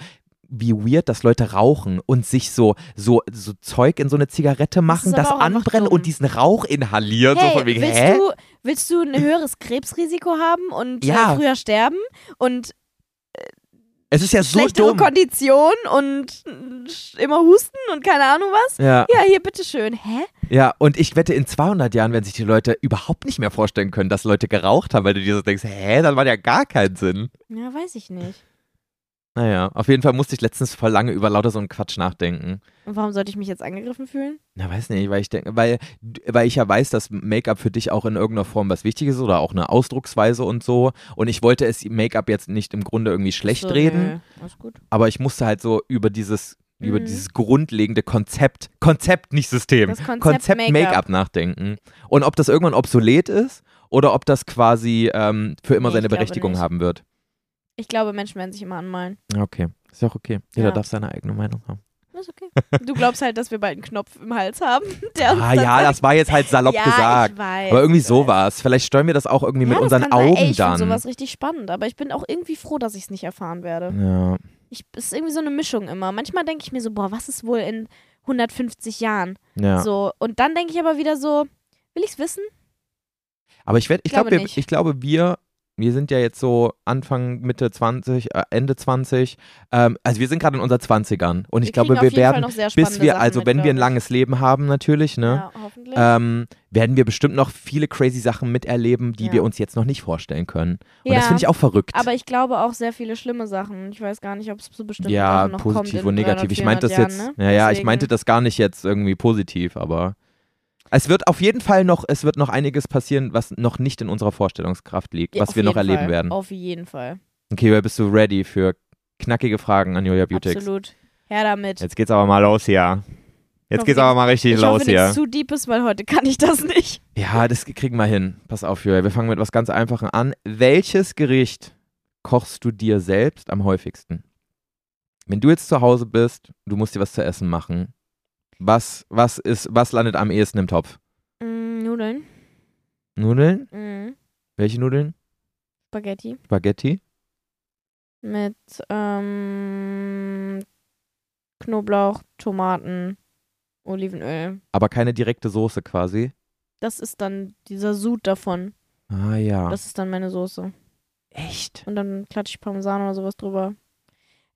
wie weird, dass Leute rauchen und sich so, so, so Zeug in so eine Zigarette machen, ist aber das, auch einfach anbrennen dumm. und diesen Rauch inhalieren. so Hey, von wegen, willst, hä? Du, willst du ein höheres Krebsrisiko haben und äh, Ja. früher sterben und es ist ja so schlechtere dumm. Kondition und äh, sch- immer husten und keine Ahnung was? Ja, Ja, hier, bitteschön. Hä? ja, und ich wette, in 200 Jahren werden sich die Leute überhaupt nicht mehr vorstellen können, dass Leute geraucht haben, weil du dir so denkst, hä, das macht ja gar keinen Sinn. Ja, weiß ich nicht. Naja, auf jeden Fall musste ich letztens voll lange über lauter so einen Quatsch nachdenken. Und warum sollte ich mich jetzt angegriffen fühlen? Na, weiß nicht, weil ich denke, weil, weil ich ja weiß, dass Make-up für dich auch in irgendeiner Form was Wichtiges ist oder auch eine Ausdrucksweise und so. Und ich wollte es Make-up jetzt nicht im Grunde irgendwie schlecht So, reden, nö, Alles gut. aber ich musste halt so über dieses, über Mhm. dieses grundlegende Konzept, Konzept, nicht System, Das Konzept Make-up. Make-up nachdenken. Und ob das irgendwann obsolet ist oder ob das quasi ähm, für immer Nee, seine ich glaube Berechtigung nicht. haben wird. Ich glaube, Menschen werden sich immer anmalen. Ja, Okay, ist ja auch okay. Jeder Ja. darf seine eigene Meinung haben. Ist okay. Du glaubst halt, dass wir bald einen Knopf im Hals haben. Der uns dann Ah ja, sagt- das war jetzt halt salopp ja, gesagt. Ich weiß, Aber irgendwie ich weiß. sowas. Vielleicht steuern wir das auch irgendwie Ja, mit das unseren kann sein. Augen Ey, ich dann. Ich sowas richtig spannend, aber ich bin auch irgendwie froh, dass ich es nicht erfahren werde. ja. Ich, es ist irgendwie so eine Mischung immer. Manchmal denke ich mir so, boah, was ist wohl in 150 Jahren? Ja. So, und dann denke ich aber wieder so, will ich es wissen? Aber ich, werd, ich, glaub, Glaube wir, nicht. ich glaube, wir, wir sind ja jetzt so Anfang, Mitte 20, äh, Ende 20. Ähm, also wir sind gerade in unserer 20ern. Und ich kriegen glaube, auf wir jeden Fall werden, noch sehr bis spannende wir, Sachen also mit, wenn wir ein glaub langes Leben haben natürlich, ich. ne, Ja, hoffentlich. ähm, werden wir bestimmt noch viele crazy Sachen miterleben, die Ja. wir uns jetzt noch nicht vorstellen können. Und ja, das finde ich auch verrückt. aber ich glaube auch sehr viele schlimme Sachen. Ich weiß gar nicht, ob es so bestimmt ja, Sachen noch kommt positiv in und negativ. 300, Ich meinte das 400 jetzt, Jahren, ne? ja, ja, ich Deswegen- meinte das gar nicht jetzt irgendwie positiv, aber es wird auf jeden Fall noch, es wird noch einiges passieren, was noch nicht in unserer Vorstellungskraft liegt, Ja, was auf wir noch jeden erleben Fall. Oh. werden. Auf jeden Fall. Okay, Joel, bist du ready für knackige Fragen an Julia Butex? Absolut. Her damit. Jetzt geht's aber mal los hier. Jetzt hoffe, geht's aber mal richtig ich los hoffe, hier. nichts zu Deepes, weil heute kann ich das nicht. Ja, das kriegen wir hin. Pass auf, Julia. Wir fangen mit was ganz Einfachem an. Welches Gericht kochst du dir selbst am häufigsten? Wenn du jetzt zu Hause bist, du musst dir was zu essen machen. Was, was, ist, was landet am ehesten im Topf? Mm, Nudeln. Nudeln? Mm. Welche Nudeln? Spaghetti. Spaghetti? Mit ähm, Knoblauch, Tomaten, Olivenöl. Aber keine direkte Soße quasi. Das ist dann dieser Sud davon. Ah ja. Das ist dann meine Soße. echt? Und dann klatsche ich Parmesan oder sowas drüber.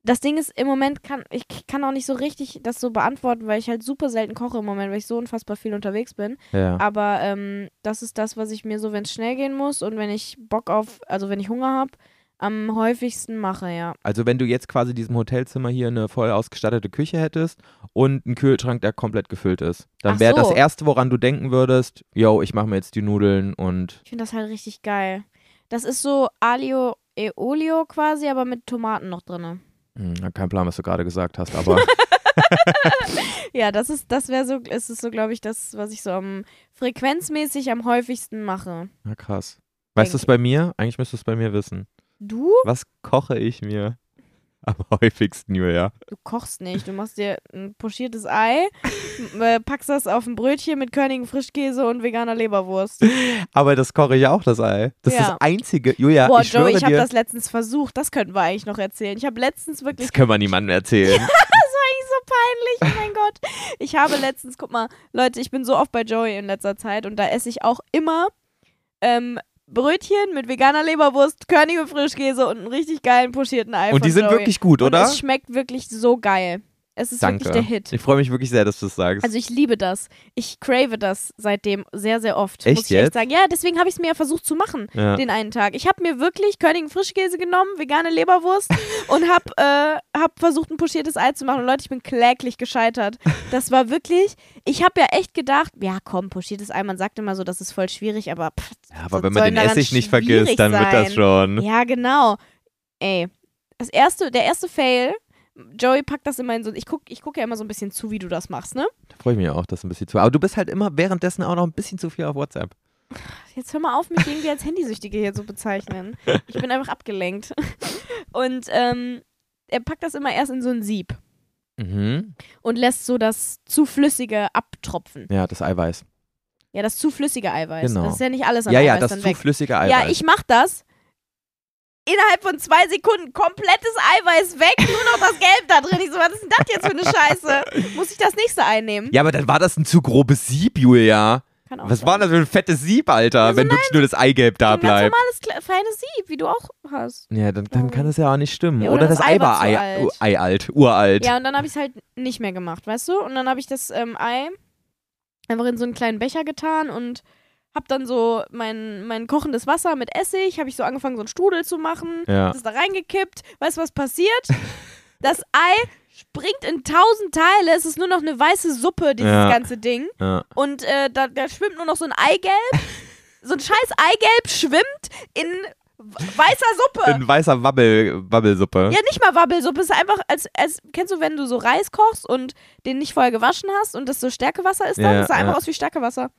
Das Ding ist, im Moment kann ich kann auch nicht so richtig das so beantworten, weil ich halt super selten koche im Moment, weil ich so unfassbar viel unterwegs bin. Ja. Aber ähm, das ist das, was ich mir so, wenn es schnell gehen muss und wenn ich Bock auf, also wenn ich Hunger habe, am häufigsten mache, ja. Also wenn du jetzt quasi in diesem Hotelzimmer hier eine voll ausgestattete Küche hättest und einen Kühlschrank, der komplett gefüllt ist, dann Ach wäre das so. Erste, woran du denken würdest, yo, ich mache mir jetzt die Nudeln und Ich finde das halt richtig geil. Das ist so Alio e Olio quasi, aber mit Tomaten noch drin. Hm, hab keinen Plan, was du gerade gesagt hast, aber Ja, das ist, das wäre so, es ist so, glaube ich, das, was ich so am frequenzmäßig am häufigsten mache. na krass. Weißt du es bei mir? Eigentlich müsstest du es bei mir wissen. Du? Was koche ich mir am häufigsten, Julia? Du kochst nicht. Du machst dir ein pochiertes Ei, m- äh, packst das auf ein Brötchen mit körnigem Frischkäse und veganer Leberwurst. Aber das koche ich auch, das Ei. Das ist Ja. das Einzige. Julia, Boah, ich schwöre Joey, ich habe dir, das letztens versucht. Das könnten wir eigentlich noch erzählen. Ich habe letztens wirklich. das können wir niemandem erzählen. Das war eigentlich so peinlich. Oh mein Gott. Gott. Ich habe letztens, guck mal, Leute, ich bin so oft bei Joey in letzter Zeit und da esse ich auch immer ähm, Brötchen mit veganer Leberwurst, körnigem Frischkäse und einen richtig geilen pochierten Ei Und von die sind Joey. wirklich gut, Und oder? es schmeckt wirklich so geil. Es ist Danke. wirklich der Hit. Ich freue mich wirklich sehr, dass du das sagst. Also ich liebe das. Ich crave das seitdem sehr, sehr oft. Echt muss ich jetzt? echt sagen. Ja, deswegen habe ich es mir ja versucht zu machen, Ja. den einen Tag. Ich habe mir wirklich Königen Frischkäse genommen, vegane Leberwurst und habe äh, hab versucht, ein pochiertes Ei zu machen. Und Leute, ich bin kläglich gescheitert. Das war wirklich, ich habe ja echt gedacht, ja komm, pochiertes Ei, man sagt immer so, das ist voll schwierig, aber pff, ja, aber was wenn man soll den denn daran Essig nicht vergisst, schwierig dann wird das sein? schon. ja, genau. Ey, das erste, der erste Fail, Joey packt das immer in so, ich gucke ich guck ja immer so ein bisschen zu, wie du das machst, ne? Da freue ich mich auch, das ein bisschen zu. Aber du bist halt immer währenddessen auch noch ein bisschen zu viel auf WhatsApp. Jetzt hör mal auf, mich irgendwie als Handysüchtige hier zu bezeichnen. Ich bin einfach abgelenkt. Und ähm, er packt das immer erst in so ein Sieb Mhm. und lässt so das zu flüssige abtropfen. Ja, das Eiweiß. Ja, das zu flüssige Eiweiß. Genau. Das ist ja nicht alles an Ja, Eiweiß ja, das dann zu weg. flüssige ja, Eiweiß. ich mach das. Innerhalb von zwei Sekunden komplettes Eiweiß weg, nur noch das Gelb da drin. Ich so, was ist denn das jetzt für eine Scheiße? Muss ich das nächste einnehmen? ja, aber dann war das ein zu grobes Sieb, Julia. Kann auch Was sein. war das für ein fettes Sieb, Alter, Also wenn wirklich nur das Eigelb da Ein ganz bleibt? normales kle- feines Sieb, wie du auch hast. Ja, dann, dann kann es ja auch nicht stimmen. Ja, oder, oder das, das Ei Ei war war Ei, zu alt. alt. Ei alt, uralt. Ja, und dann habe ich es halt nicht mehr gemacht, weißt du? Und dann habe ich das ähm, Ei einfach in so einen kleinen Becher getan und habe dann so mein, mein kochendes Wasser mit Essig, habe ich so angefangen, so einen Strudel zu machen. Ja. Das da reingekippt. Weißt du, was passiert? Das Ei springt in tausend Teile. Es ist nur noch eine weiße Suppe, dieses Ja. ganze Ding. Ja. Und äh, da, da schwimmt nur noch so ein Eigelb. so ein scheiß Eigelb schwimmt in w- weißer Suppe. In weißer Wabbel, Wabbelsuppe. Ja, nicht mal Wabbelsuppe. Es ist einfach, als, als kennst du, wenn du so Reis kochst und den nicht vorher gewaschen hast und das so Stärkewasser ist, dann Ja, ist es einfach ja. aus wie Stärkewasser.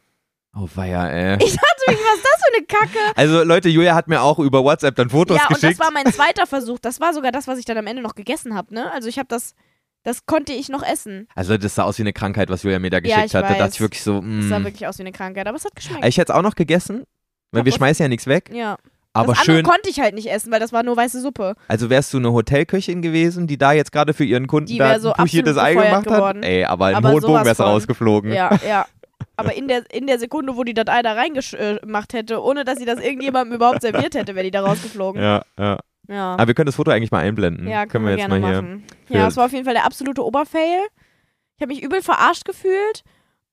Oh weia, ey. Ich dachte mir, was ist das für eine Kacke? Also Leute, Julia hat mir auch über WhatsApp dann Fotos ja, und das geschickt. war mein zweiter Versuch. Das war sogar das, was ich dann am Ende noch gegessen habe, ne? Also ich habe das, das konnte ich noch essen. also das sah aus wie eine Krankheit, was Julia mir da geschickt ich hat. Da dachte weiß. ich wirklich so, Das sah mh. wirklich aus wie eine Krankheit, aber es hat geschmeckt. Ich hätte es auch noch gegessen, weil Hab wir was- schmeißen ja nichts weg. ja. Aber das schön, andere konnte ich halt nicht essen, weil das war nur weiße Suppe. also wärst du eine Hotelköchin gewesen, die da jetzt gerade für ihren Kunden Die da wär ein so puchiertes absolut Ei gefeuert gemacht geworden. hat. Ey, aber im Aber hohen Bogen sowas wärst du von. rausgeflogen. Ja, ja. Aber in der, in der Sekunde, wo die das Ei da reingemacht hätte, ohne dass sie das irgendjemandem überhaupt serviert hätte, wäre die da rausgeflogen. ja, ja. ja. Aber wir können das Foto eigentlich mal einblenden. Ja, Hm, können wir jetzt gerne mal hier. machen. für- Ja, es war auf jeden Fall der absolute Oberfail. Ich habe mich übel verarscht gefühlt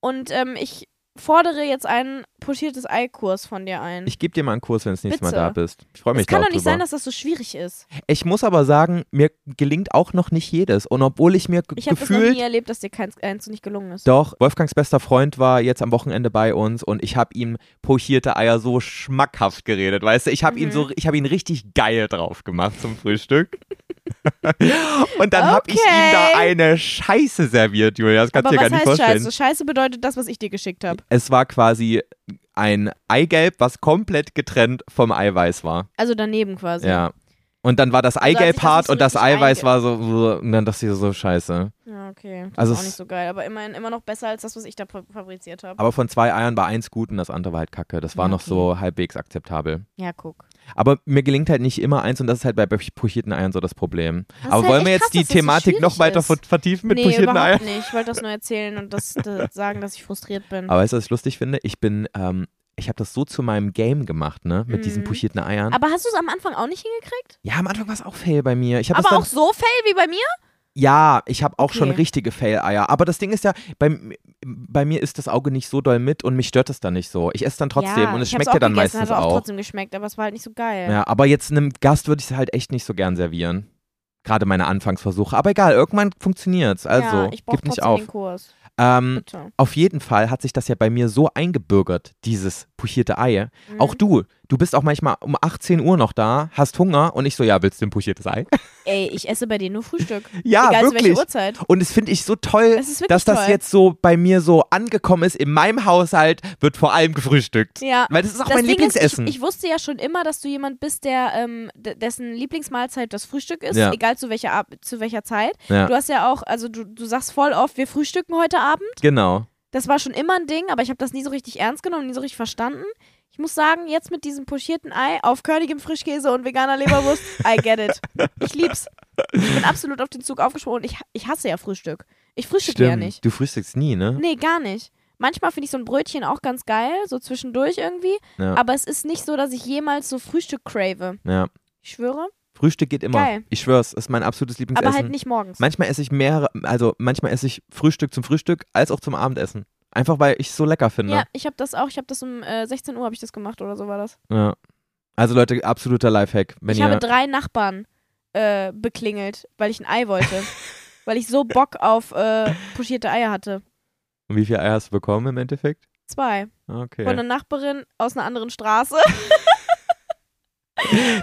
und ähm, ich fordere jetzt einen pochiertes Ei-Kurs von dir ein. Ich gebe dir mal einen Kurs, wenn du das nächste Mal Bitte. da bist. Ich freue mich es kann da auch doch nicht drüber. sein, dass das so schwierig ist. Ich muss aber sagen, mir gelingt auch noch nicht jedes. Und obwohl ich mir ge- Ich habe das noch nie gefühlt. erlebt, dass dir keins, eins nicht gelungen ist. Doch, Wolfgangs bester Freund war jetzt am Wochenende bei uns und ich habe ihm pochierte Eier so schmackhaft geredet, weißt du? Ich habe ihm Mhm. so, ich habe ihn richtig geil drauf gemacht zum Frühstück. und dann habe ich ihm da Okay. eine Scheiße serviert, Julia. Das kannst Aber du dir was gar nicht heißt vorstellen. Scheiße? Scheiße bedeutet das, was ich dir geschickt habe. Es war quasi ein Eigelb, was komplett getrennt vom Eiweiß war. Also daneben quasi. Ja. Und dann war das Also hat Eigelb sich das hart nicht so und das richtig Eiweiß einge- war so, und dann dachte ich so, scheiße. Ja, okay. Das also Also ist auch es- nicht so geil, aber immerhin immer noch besser als das, was ich da fa- fabriziert habe. Aber von zwei Eiern war eins gut und das andere war halt kacke. Das war Ja, noch so halbwegs akzeptabel. Ja, guck. Aber mir gelingt halt nicht immer eins und das ist halt bei pochierten Eiern so das Problem. Das ist Aber halt wollen wir echt jetzt krass, die dass das so Thematik noch schwierig weiter ist. ver- vertiefen mit nee, pochierten überhaupt Eiern? nicht. Ich wollte das nur erzählen und das, das sagen, dass ich frustriert bin. Aber weißt du, was ich lustig finde? Ich bin, ähm, ich habe das so zu meinem Game gemacht, ne? Mit diesen Mhm. pochierten Eiern. Aber hast du es am Anfang auch nicht hingekriegt? ja, am Anfang war es auch fail bei mir. Ich hab das Aber dann, auch so fail wie bei mir? Ja, ich habe auch schon Okay. richtige Fail-Eier. Aber das Ding ist ja, bei, bei mir ist das Auge nicht so doll mit und mich stört es dann nicht so. Ich esse dann trotzdem ja, und es ich hab's schmeckt ja auch dann gegessen, meistens hat auch auch. trotzdem geschmeckt, aber es war halt nicht so geil. Ja, aber jetzt einem Gast würde ich es halt echt nicht so gern servieren. Gerade meine Anfangsversuche. Aber egal, irgendwann funktioniert's. Also, ja, ich brauch gib nicht trotzdem auf. den Kurs. Ähm, Bitte. auf jeden Fall hat sich das ja bei mir so eingebürgert, dieses pochierte Ei. Mhm. Auch du, du bist auch manchmal um 18 Uhr noch da, hast Hunger und ich so, ja, willst du ein pochiertes Ei? Ey, ich esse bei dir nur Frühstück. ja, Egal zu wirklich. welcher Uhrzeit. Und das finde ich so toll, Es ist wirklich dass das toll. jetzt so bei mir so angekommen ist. In meinem Haushalt wird vor allem gefrühstückt. Ja. Weil das ist auch Das mein Ding ist, ich, Lieblingsessen. ich wusste ja schon immer, dass du jemand bist, der ähm, d- dessen Lieblingsmahlzeit das Frühstück ist, Ja. egal zu welcher, Ab- zu welcher Zeit. Ja. Du hast ja auch, also du, du sagst voll oft, wir frühstücken heute Abend. genau. Das war schon immer ein Ding, aber ich habe das nie so richtig ernst genommen, nie so richtig verstanden. Ich muss sagen, jetzt mit diesem pochierten Ei auf körnigem Frischkäse und veganer Leberwurst, I get it. Ich lieb's. Ich bin absolut auf den Zug aufgesprungen und ich, ich hasse ja Frühstück. Ich frühstücke ja nicht. Du frühstückst nie, ne? Nee, gar nicht. Manchmal finde ich so ein Brötchen auch ganz geil, so zwischendurch irgendwie. Ja. Aber es ist nicht so, dass ich jemals so Frühstück crave. Ja. Ich schwöre. Frühstück geht immer. Geil. Ich schwör's, ist mein absolutes Lieblingsessen. Aber halt nicht morgens. Manchmal esse ich mehrere, also manchmal esse ich Frühstück zum Frühstück als auch zum Abendessen. Einfach weil ich es so lecker finde. Ja, ich habe das auch. Ich habe das um äh, 16 Uhr habe ich das gemacht oder so war das. Ja. Also Leute, absoluter Lifehack. Wenn ich ihr, habe drei Nachbarn äh, beklingelt, weil ich ein Ei wollte. weil ich so Bock auf äh, pochierte Eier hatte. Und wie viel Eier hast du bekommen im Endeffekt? Zwei. Okay. Von einer Nachbarin aus einer anderen Straße.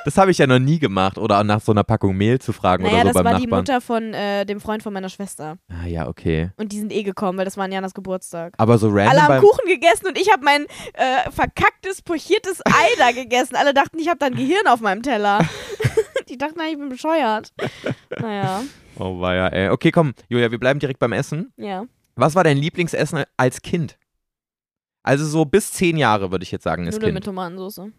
Das habe ich ja noch nie gemacht. Oder nach so einer Packung Mehl zu fragen naja, oder so das beim war die Nachbarn. Mutter von äh, dem Freund von meiner Schwester. ah ja, okay. Und die sind eh gekommen, weil das war an Janas Geburtstag. Aber so Alle random haben beim, Kuchen gegessen und ich habe mein äh, verkacktes, pochiertes Ei da gegessen. Alle dachten, ich habe da ein Gehirn auf meinem Teller. die dachten, nein, ich bin bescheuert. Naja, Oh weia, ey. Okay, komm, Julia, wir bleiben direkt beim Essen. ja. Was war dein Lieblingsessen als Kind? Also so bis zehn Jahre, würde ich jetzt sagen, ist Nudeln mit Kind. Tomatensauce. Boah, du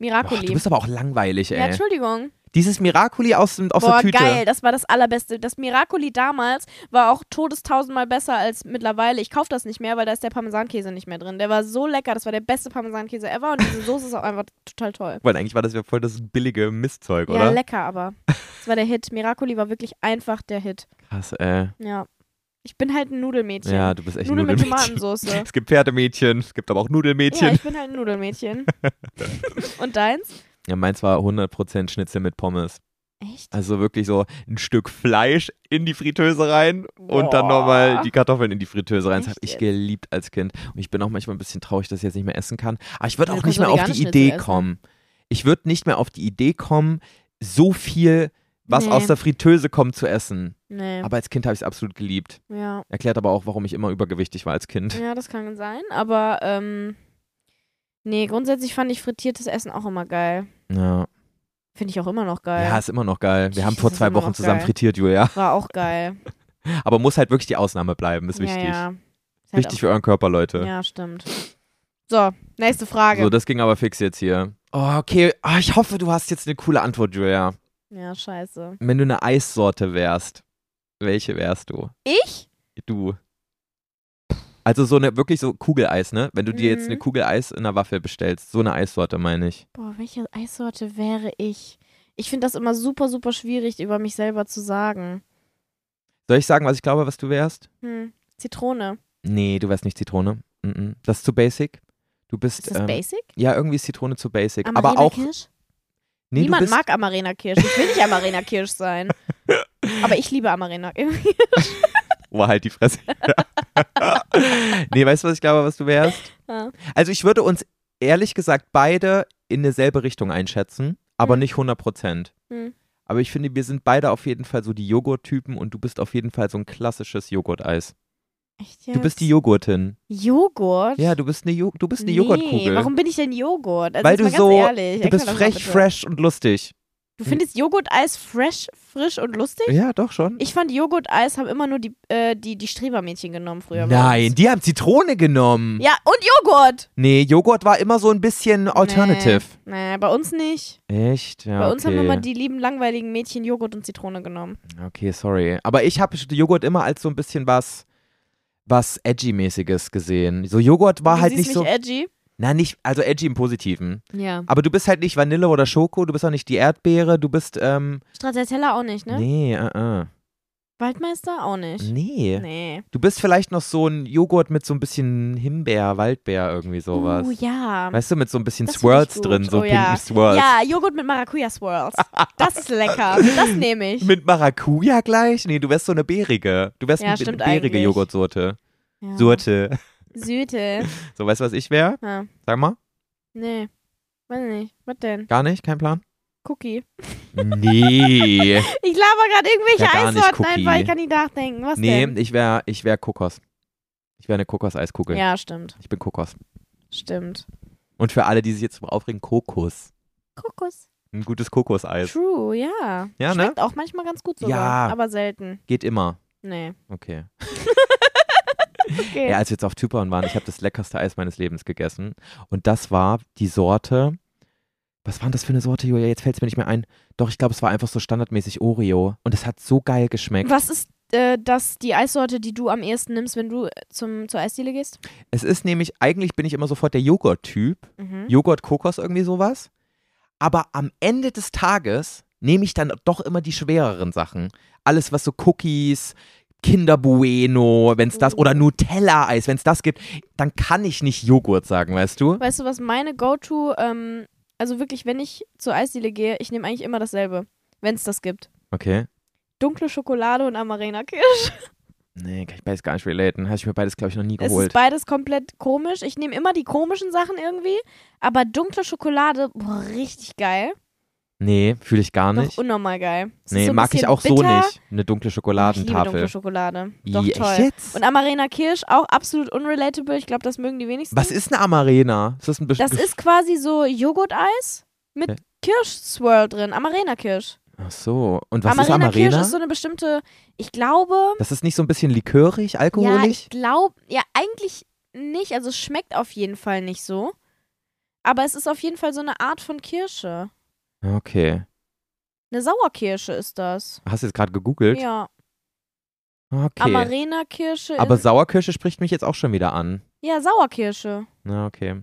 Miracoli. bist aber auch langweilig, ja, ey. Entschuldigung. Dieses Miracoli aus, dem- aus Boah, der Tüte. geil, das war das allerbeste. Das Miracoli damals war auch todestausendmal besser als mittlerweile. Ich kaufe das nicht mehr, weil da ist der Parmesankäse nicht mehr drin. Der war so lecker, das war der beste Parmesankäse ever und diese Soße ist auch einfach total toll. Weil eigentlich war das ja voll das billige Mistzeug, Ja, oder? lecker aber. Das war der Hit. Miracoli war wirklich einfach der Hit. Krass, ey. Ja. Ich bin halt ein Nudelmädchen. Ja, du bist echt Nudeln mit Nudelmädchen. Tomatensauce. Es gibt Pferdemädchen, es gibt aber auch Nudelmädchen. Ja, Ja, ich bin halt ein Nudelmädchen. und deins? meins war 100% Schnitzel mit Pommes. Echt? Also wirklich so ein Stück Fleisch in die Fritteuse rein und dann Boah. nochmal die Kartoffeln in die Fritteuse rein. Das habe Echt ich jetzt? geliebt als Kind. Und ich bin auch manchmal ein bisschen traurig, dass ich jetzt nicht mehr essen kann. Aber ich würde Ja, du auch kannst nicht mehr auch auf vegane die Schnitzel Idee essen. kommen. Ich würde nicht mehr auf die Idee kommen, so viel, was Nee. aus der Fritteuse kommt, zu essen. Nee. Aber als Kind habe ich es absolut geliebt. ja. Erklärt aber auch, warum ich immer übergewichtig war als Kind. Ja, das kann sein, aber ähm, nee, grundsätzlich fand ich frittiertes Essen auch immer geil. Ja. Finde ich auch immer noch geil. Ja, ist immer noch geil. Wir haben Ist vor das zwei immer Wochen noch zusammen geil? frittiert, Julia. War auch geil. Aber muss halt wirklich die Ausnahme bleiben, ist wichtig. Ja, ja. Ist halt Wichtig für euren Körper, Leute. Auch, ja, stimmt. So, nächste Frage. So, das ging aber fix jetzt hier. Oh, okay. Ah, ich hoffe, du hast jetzt eine coole Antwort, Julia. ja, scheiße. Wenn du eine Eissorte wärst, welche wärst du? Ich? Du. Also so eine, wirklich so Kugeleis, ne? Wenn du dir jetzt Mhm. eine Kugel Eis in einer Waffel bestellst, so eine Eissorte meine ich. Boah, welche Eissorte wäre ich? Ich finde das immer super, super schwierig, über mich selber zu sagen. Soll ich sagen, was ich glaube, was du wärst? Hm, Zitrone. Nee, Nee, du wärst nicht Zitrone. Mhm. Das ist zu basic. Du bist. Ist das ähm, basic? Ja, irgendwie ist Zitrone zu basic. aber Amarena auch. Kirsch? Nee, du Niemand bist, mag Amarena Kirsch. Ich will nicht Amarena Kirsch sein. Aber ich liebe Amarena. Boah, halt die Fresse. nee, weißt du, was ich glaube, was du wärst? Ja. Also ich würde uns ehrlich gesagt beide in dieselbe Richtung einschätzen, aber Hm. nicht 100 Prozent. Hm. Aber ich finde, wir sind beide auf jeden Fall so die Joghurt-Typen und du bist auf jeden Fall so ein klassisches Joghurt-Eis. Echt Du bist die jetzt? Joghurtin. Joghurt? Ja, du bist eine, jo du bist eine nee, Joghurtkugel. Warum bin ich denn Joghurt? Also jetzt Weil du mal ganz so, ehrlich, du erklär bist doch mal frech, bitte. fresh und lustig. Du Hm. findest Joghurt-Eis fresh, frisch und lustig? Ja, doch schon. Ich fand Joghurt-Eis haben immer nur die, äh, die, die Strebermädchen genommen früher. bei Nein, uns. die haben Zitrone genommen. Ja, und Joghurt! Nee, Joghurt war immer so ein bisschen alternative. Nee, nee bei uns nicht. Echt? Ja, bei uns okay. haben immer die lieben, langweiligen Mädchen Joghurt und Zitrone genommen. Okay, sorry. Aber ich habe Joghurt immer als so ein bisschen was, was edgy-mäßiges gesehen. So Joghurt war du halt siehst nicht mich so. edgy. na, nicht, also edgy im Positiven. Ja. Aber du bist halt nicht Vanille oder Schoko, du bist auch nicht die Erdbeere, du bist, ähm. Stracciatella auch nicht, ne? Nee, äh, äh. Waldmeister auch nicht. Nee. Nee. Du bist vielleicht noch so ein Joghurt mit so ein bisschen Himbeer, Waldbeer, irgendwie sowas. Oh ja. Weißt du, mit so ein bisschen Das find ich Swirls gut. drin, so Oh, ja. pinken Swirls. Ja, Joghurt mit Maracuja-Swirls. Das ist lecker. Das nehme ich. Mit Maracuja gleich? Nee, du wärst so eine beerige. Du wärst Ja, eine stimmt beerige eigentlich. Joghurtsorte. Ja. Sorte. Süte. So, weißt du, was ich wäre? Ja. Sag mal. Nee. Weiß nicht. Was denn? Gar nicht? Kein Plan? Cookie. Nee. Ich laber gerade irgendwelche Ja, gar nicht Eissorten Cookie. einfach. Ich kann nicht nachdenken. Was nee, denn? ich wäre ich wär Kokos. Ich wäre eine Kokoseiskugel. Ja, stimmt. Ich bin Kokos. Stimmt. Und für alle, die sich jetzt aufregen, Kokos. Kokos. Ein gutes Kokoseis. True, ja. Ja, ne? Schmeckt auch manchmal ganz gut sogar. Ja. Aber selten. Geht immer. Nee. Okay. Okay. Ja, als wir jetzt auf Zypern waren, ich habe das leckerste Eis meines Lebens gegessen. Und das war die Sorte. Was war denn das für eine Sorte, Julia? Jetzt fällt es mir nicht mehr ein. Doch, ich glaube, es war einfach so standardmäßig Oreo. Und es hat so geil geschmeckt. Was ist äh, das die Eissorte, die du am ehesten nimmst, wenn du äh, zum, zur Eisdiele gehst? Es ist nämlich, eigentlich bin ich immer sofort der Joghurt-Typ. Mhm. Joghurt, Kokos, irgendwie sowas. Aber am Ende des Tages nehme ich dann doch immer die schwereren Sachen. Alles, was so Cookies, Kinder Bueno, wenn es das, oder Oh. Nutella-Eis, wenn es das gibt, dann kann ich nicht Joghurt sagen, weißt du? Weißt du, was meine Go-To, ähm, also wirklich, wenn ich zur Eisdiele gehe, ich nehme eigentlich immer dasselbe, wenn es das gibt. Okay. Dunkle Schokolade und Amarena Kirsch. Nee, kann ich beides gar nicht relaten. Habe ich mir beides, glaube ich, noch nie Es ist geholt. beides komplett komisch. Ich nehme immer die komischen Sachen irgendwie, aber dunkle Schokolade, boah, richtig geil. Nee, fühle ich gar Doch nicht. unnormal geil. Es ist Nee, so ein mag ich bisschen auch so bitter. nicht. Ich liebe Eine dunkle dunkle Schokoladentafel. Schokolade. Doch Echt toll. jetzt? Und Amarena Kirsch, auch absolut unrelatable. Ich glaube, das mögen die wenigsten. Was ist eine Amarena? Ist das ein Bes- das Gef- ist quasi so Joghurt-Eis mit Ja. Kirsch-Swirl drin. Amarena Kirsch. Ach so. Und was ist Amarena Amarena? Kirsch ist so eine bestimmte, ich glaube, das ist nicht so ein bisschen likörig, alkoholisch? ja, ich glaube, ja, eigentlich nicht. Also es schmeckt auf jeden Fall nicht so. Aber es ist auf jeden Fall so eine Art von Kirsche. Okay. Eine Sauerkirsche ist das. Hast du jetzt gerade gegoogelt? Ja, Okay. Amarena Kirsche. Aber in, Sauerkirsche spricht mich jetzt auch schon wieder an. ja, Sauerkirsche. Na, okay.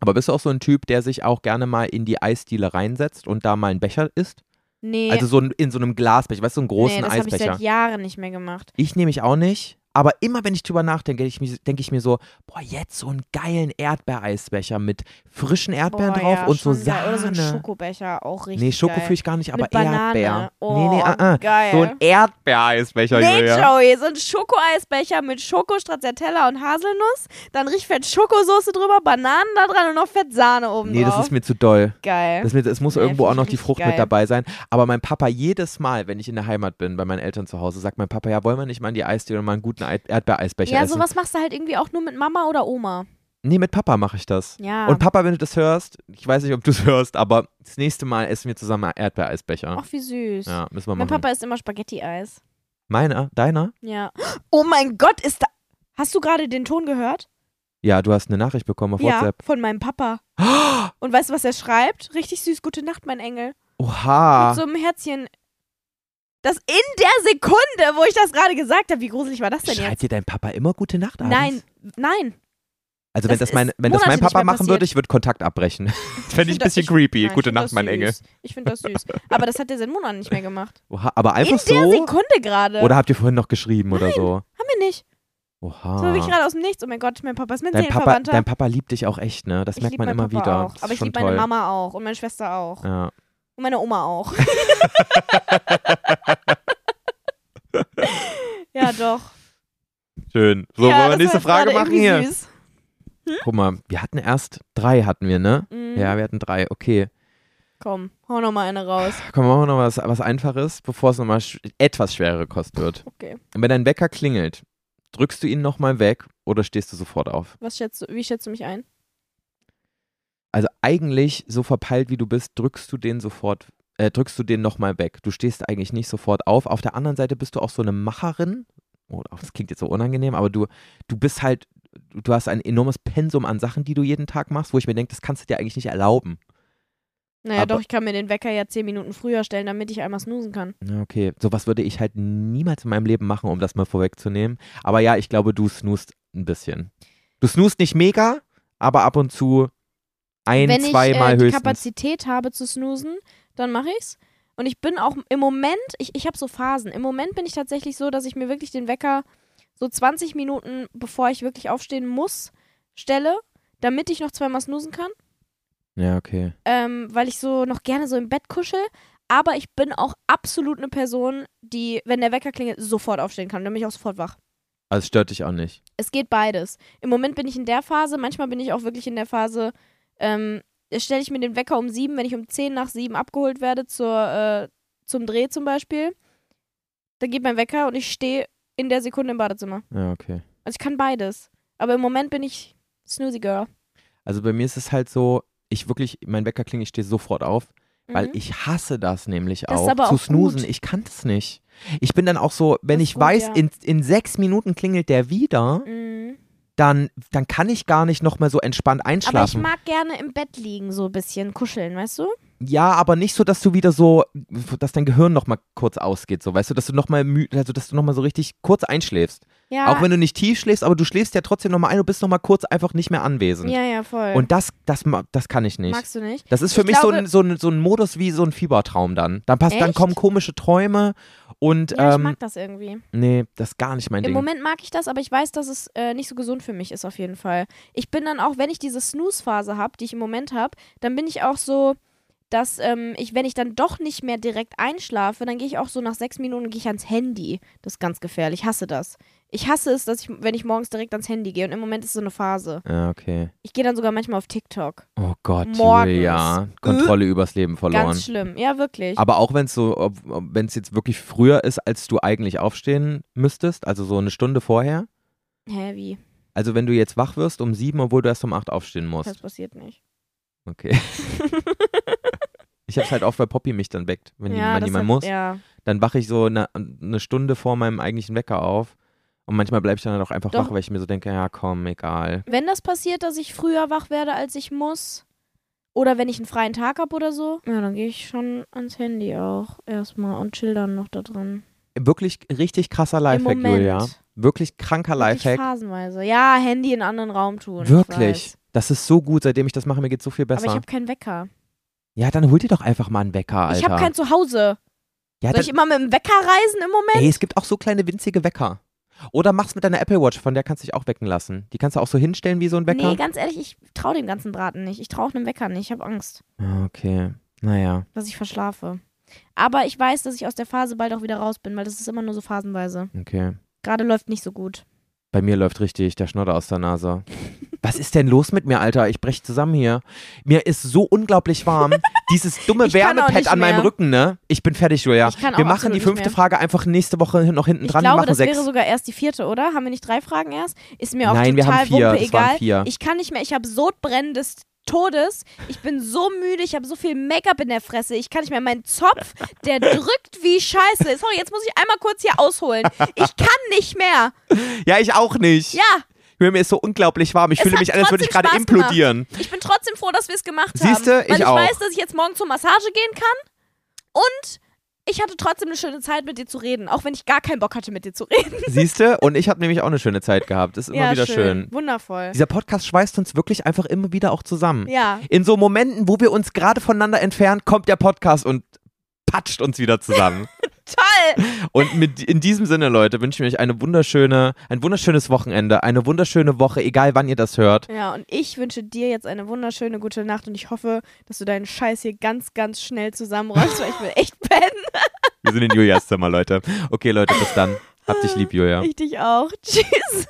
Aber bist du auch so ein Typ, der sich auch gerne mal in die Eisdiele reinsetzt und da mal einen Becher isst? Nee, Also so ein, in so einem Glasbecher, weißt du, so einen großen nee das habe ich Eisbecher. seit Jahren nicht mehr gemacht. Ich nehme ich auch nicht. Aber immer wenn ich drüber nachdenke, denke ich, mir- denke ich mir so, boah, jetzt so einen geilen Erdbeereisbecher mit frischen Erdbeeren Boah, drauf ja, und so schon geil. Sahne. Oder so ein Schokobecher, auch richtig nee, Schoko geil. fühle ich gar nicht, aber Mit Banane. Erdbeer. Oh, nee, nee, ah, ah. geil. So ein Erdbeereisbecher, Nee, Julia. Joey, so ein Schokoeisbecher mit Schoko, Stracciatella und Haselnuss, dann richtig fett Schokosoße drüber, Bananen da dran und noch fett Sahne oben Nee, drauf. das ist mir zu doll. geil. Das mit, es muss Nee, irgendwo find auch ich noch die richtig Frucht geil. mit dabei sein. Aber mein Papa, jedes Mal, wenn ich in der Heimat bin, bei meinen Eltern zu Hause, sagt mein Papa, ja, wollen wir nicht mal in die Eisdiele und mal einen guten Ei- Erdbeereisbecher ja, essen? sowas machst du halt irgendwie auch nur mit Mama oder Oma. Nee, mit Papa mache ich das. Ja. Und Papa, wenn du das hörst, ich weiß nicht, ob du es hörst, aber das nächste Mal essen wir zusammen Erdbeereisbecher. Ach, wie süß. Ja, müssen wir mein machen. Papa isst immer Spaghetti-Eis. Meiner? Deiner? Ja. Oh mein Gott, ist da. Hast du gerade den Ton gehört? Ja, du hast eine Nachricht bekommen auf WhatsApp. Ja, von meinem Papa. Und weißt du, was er schreibt? Richtig süß, gute Nacht, mein Engel. Oha. mit so einem Herzchen. Das in der Sekunde, wo ich das gerade gesagt habe, wie gruselig war das denn jetzt? Schreibt dir dein Papa immer gute Nacht abends? Nein, nein. Also wenn das das, mein, ist wenn das mein Monate nicht Papa mehr machen würde, passiert. ich würde Kontakt abbrechen. Fände ich ein find das- bisschen creepy. nein, ich gute find Nacht, das mein süß. Engel. Ich finde das süß. Aber das hat er seit Monaten nicht mehr gemacht. Oha, aber einfach in der so. Sekunde gerade. Oder habt ihr vorhin noch geschrieben oder so? Haben wir nicht. Oha. Das war wirklich gerade aus dem Nichts. Oh mein Gott, mein Papa ist mein Ah. dein, Papa, Seelenverwandter. dein Papa liebt dich auch echt, ne? Das ich merkt lieb man meinen immer Papa wieder. Auch. Das Aber ist ich schon liebe toll. meine Mama auch und meine Schwester auch. Ja. Und meine Oma auch. ja, doch. Schön. So, ja, wollen wir das nächste war jetzt Frage gerade machen irgendwie hier? Süß. Guck mal, wir hatten erst drei, hatten wir, ne? Mhm. Ja, wir hatten drei. Okay. Komm, hau nochmal eine raus. Komm, machen wir noch was, was Einfaches, bevor es nochmal sch etwas schwerere Kost wird. Okay. Und wenn dein Wecker klingelt, drückst du ihn nochmal weg oder stehst du sofort auf? Was schätzt du, wie schätzt du mich ein? Also eigentlich, so verpeilt wie du bist, drückst du den sofort, äh, drückst du den nochmal weg. Du stehst eigentlich nicht sofort auf. Auf der anderen Seite bist du auch so eine Macherin. Oh, das klingt jetzt so unangenehm, aber du, du bist halt, du du hast ein enormes Pensum an Sachen, die du jeden Tag machst, wo ich mir denke, das kannst du dir eigentlich nicht erlauben. Naja, Aber- doch, ich kann mir den Wecker ja zehn Minuten früher stellen, damit ich einmal snoosen kann. Ja, Okay, sowas würde ich halt niemals in meinem Leben machen, um das mal vorwegzunehmen. Aber ja, ich glaube, du snoost ein bisschen. Du snoost nicht mega, aber ab und zu ein, Wenn ich zweimal äh, die höchstens. Kapazität habe zu snoosen, dann mache ich's. Und ich bin auch im Moment, ich, ich habe so Phasen. Im Moment bin ich tatsächlich so, dass ich mir wirklich den Wecker so 20 Minuten, bevor ich wirklich aufstehen muss, stelle, damit ich noch zweimal snoosen kann. ja, okay. ähm, weil ich so noch gerne so im Bett kuschel. Aber ich bin auch absolut eine Person, die, wenn der Wecker klingelt, sofort aufstehen kann. Dann bin ich auch sofort wach. Also es stört dich auch nicht. Es geht beides. Im Moment bin ich in der Phase, manchmal bin ich auch wirklich in der Phase, ähm, stelle ich mir den Wecker um sieben, wenn ich um zehn nach sieben abgeholt werde zur, äh, zum Dreh zum Beispiel. Dann geht mein Wecker und ich stehe in der Sekunde im Badezimmer. Ja, okay. Also ich kann beides. Aber im Moment bin ich Snoozy Girl. Also bei mir ist es halt so, ich wirklich, mein Wecker klingelt, ich stehe sofort auf, weil Mhm. ich hasse das nämlich Das ist auch. aber zu auch snoosen, gut. ich kann das nicht. Ich bin dann auch so, wenn Das ist ich gut, weiß, ja. in, in sechs Minuten klingelt der wieder, Mhm. dann, dann kann ich gar nicht nochmal so entspannt Aber ich einschlafen. mag gerne im Bett liegen, so ein bisschen kuscheln, weißt du? Ja, aber nicht so, dass du wieder so, dass dein Gehirn nochmal kurz ausgeht, so weißt du, dass du nochmal müde, also dass du nochmal so richtig kurz einschläfst. Ja, Auch wenn du nicht tief schläfst, aber du schläfst ja trotzdem nochmal ein, du bist nochmal kurz einfach nicht mehr anwesend. ja, ja, voll. Und das, das, ma- das kann ich nicht. Magst du nicht? Das ist für Ich mich so, glaube- ein, so, ein, so ein Modus wie so ein Fiebertraum dann. Dann, passt, dann Echt? kommen komische Träume und Ja, ich ähm, mag das irgendwie. nee, das ist gar nicht mein Im Ding. Moment mag ich das, aber ich weiß, dass es äh, nicht so gesund für mich ist auf jeden Fall. Ich bin dann auch, wenn ich diese Snooze-Phase habe, die ich im Moment habe, dann bin ich auch so, dass ähm, ich, wenn ich dann doch nicht mehr direkt einschlafe, dann gehe ich auch so nach sechs Minuten gehe ich ans Handy. Das ist ganz gefährlich. Ich hasse das. Ich hasse es, dass ich, wenn ich morgens direkt ans Handy gehe. Und im Moment ist so eine Phase. Ja, Ah, okay. Ich gehe dann sogar manchmal auf TikTok. Oh Gott, Morgens. Julia. Kontrolle übers Leben verloren. Ganz schlimm. Ja, wirklich. Aber auch wenn es so, wenn es jetzt wirklich früher ist, als du eigentlich aufstehen müsstest, also so eine Stunde vorher. Hä, wie? Also wenn du jetzt wach wirst um sieben, obwohl du erst um acht aufstehen Das musst. passiert nicht. Okay. ich hab's halt auch, weil Poppy mich dann weckt, wenn ja, jemand, das jemand hat, muss. Ja. Dann wache ich so eine, eine Stunde vor meinem eigentlichen Wecker auf. Und manchmal bleibe ich dann halt auch einfach Doch. wach, weil ich mir so denke, ja komm, egal. wenn das passiert, dass ich früher wach werde, als ich muss, oder wenn ich einen freien Tag habe oder so, ja, dann gehe ich schon ans Handy auch erstmal und chill dann noch da dran. Wirklich richtig krasser Lifehack, Moment. Julia. Wirklich kranker Wirklich Lifehack. phasenweise. Ja, Handy in einen anderen Raum tun. Ich Wirklich. weiß. Das ist so gut, seitdem ich das mache, mir geht's so viel Aber ich besser. habe keinen Wecker. Ja, dann hol dir doch einfach mal einen Wecker, Alter. Ich habe kein Zuhause. ja, Soll dann, ich immer mit dem Wecker reisen im Moment? ey, es gibt auch so kleine winzige Wecker. Oder mach's mit deiner Apple Watch, von der kannst du dich auch wecken lassen. Die kannst du auch so hinstellen wie so ein Wecker. Nee, ganz ehrlich, ich traue dem ganzen Braten nicht. Ich traue auch einem Wecker nicht. Ich habe Angst, Ah, okay. Naja. dass ich verschlafe. Aber ich weiß, dass ich aus der Phase bald auch wieder raus bin, weil das ist immer nur so phasenweise. Okay. Gerade läuft nicht so gut. Bei mir läuft richtig der Schnodder aus der Nase. Was ist denn los mit mir, Alter? Ich brech zusammen hier. Mir ist so unglaublich warm. Dieses dumme Ich kann auch Wärmepad nicht an meinem mehr. Rücken, ne? Ich bin fertig, Julia. Ich kann auch Wir machen die absolut nicht fünfte mehr. Frage einfach nächste Woche noch hinten Ich dran. wir glaube, machen das sechs. wäre sogar erst die vierte, oder? Haben wir nicht drei Fragen erst? Ist mir auch Nein, wir total haben vier. Wumpe Es waren egal. vier. Ich kann nicht mehr. Ich habe Sodbrennen des Todes. Ich bin so müde. Ich habe so viel Make-up in der Fresse. Ich kann nicht mehr. Mein Zopf, der drückt wie Scheiße. Sorry, jetzt muss ich einmal kurz hier ausholen. Ich kann nicht mehr. ja, ich auch nicht. Ja, Julia, mir ist so unglaublich warm. Ich fühle hat mich an, als würde ich trotzdem gerade Spaß gemacht. implodieren. ich bin trotzdem froh, dass wir es gemacht haben. Siehste, ich Weil ich auch. weiß, dass ich jetzt morgen zur Massage gehen kann. Und ich hatte trotzdem eine schöne Zeit, mit dir zu reden. Auch wenn ich gar keinen Bock hatte, mit dir zu reden. Siehst du? Und ich habe nämlich auch eine schöne Zeit gehabt. Ist immer ja, wieder schön. Wundervoll. Dieser Podcast schweißt uns wirklich einfach immer wieder auch zusammen. Ja, In so Momenten, wo wir uns gerade voneinander entfernen, kommt der Podcast und patscht uns wieder zusammen. toll. und mit, in diesem Sinne, Leute, wünsche ich euch eine wunderschöne, ein wunderschönes Wochenende, eine wunderschöne Woche, egal wann ihr das hört. Ja, und ich wünsche dir jetzt eine wunderschöne gute Nacht und ich hoffe, dass du deinen Scheiß hier ganz, ganz schnell zusammenräumst, weil ich will echt pennen. Wir sind in Julias Zimmer, Leute. Okay, Leute, bis dann. Hab dich lieb, Julia. Ich dich auch. Tschüss.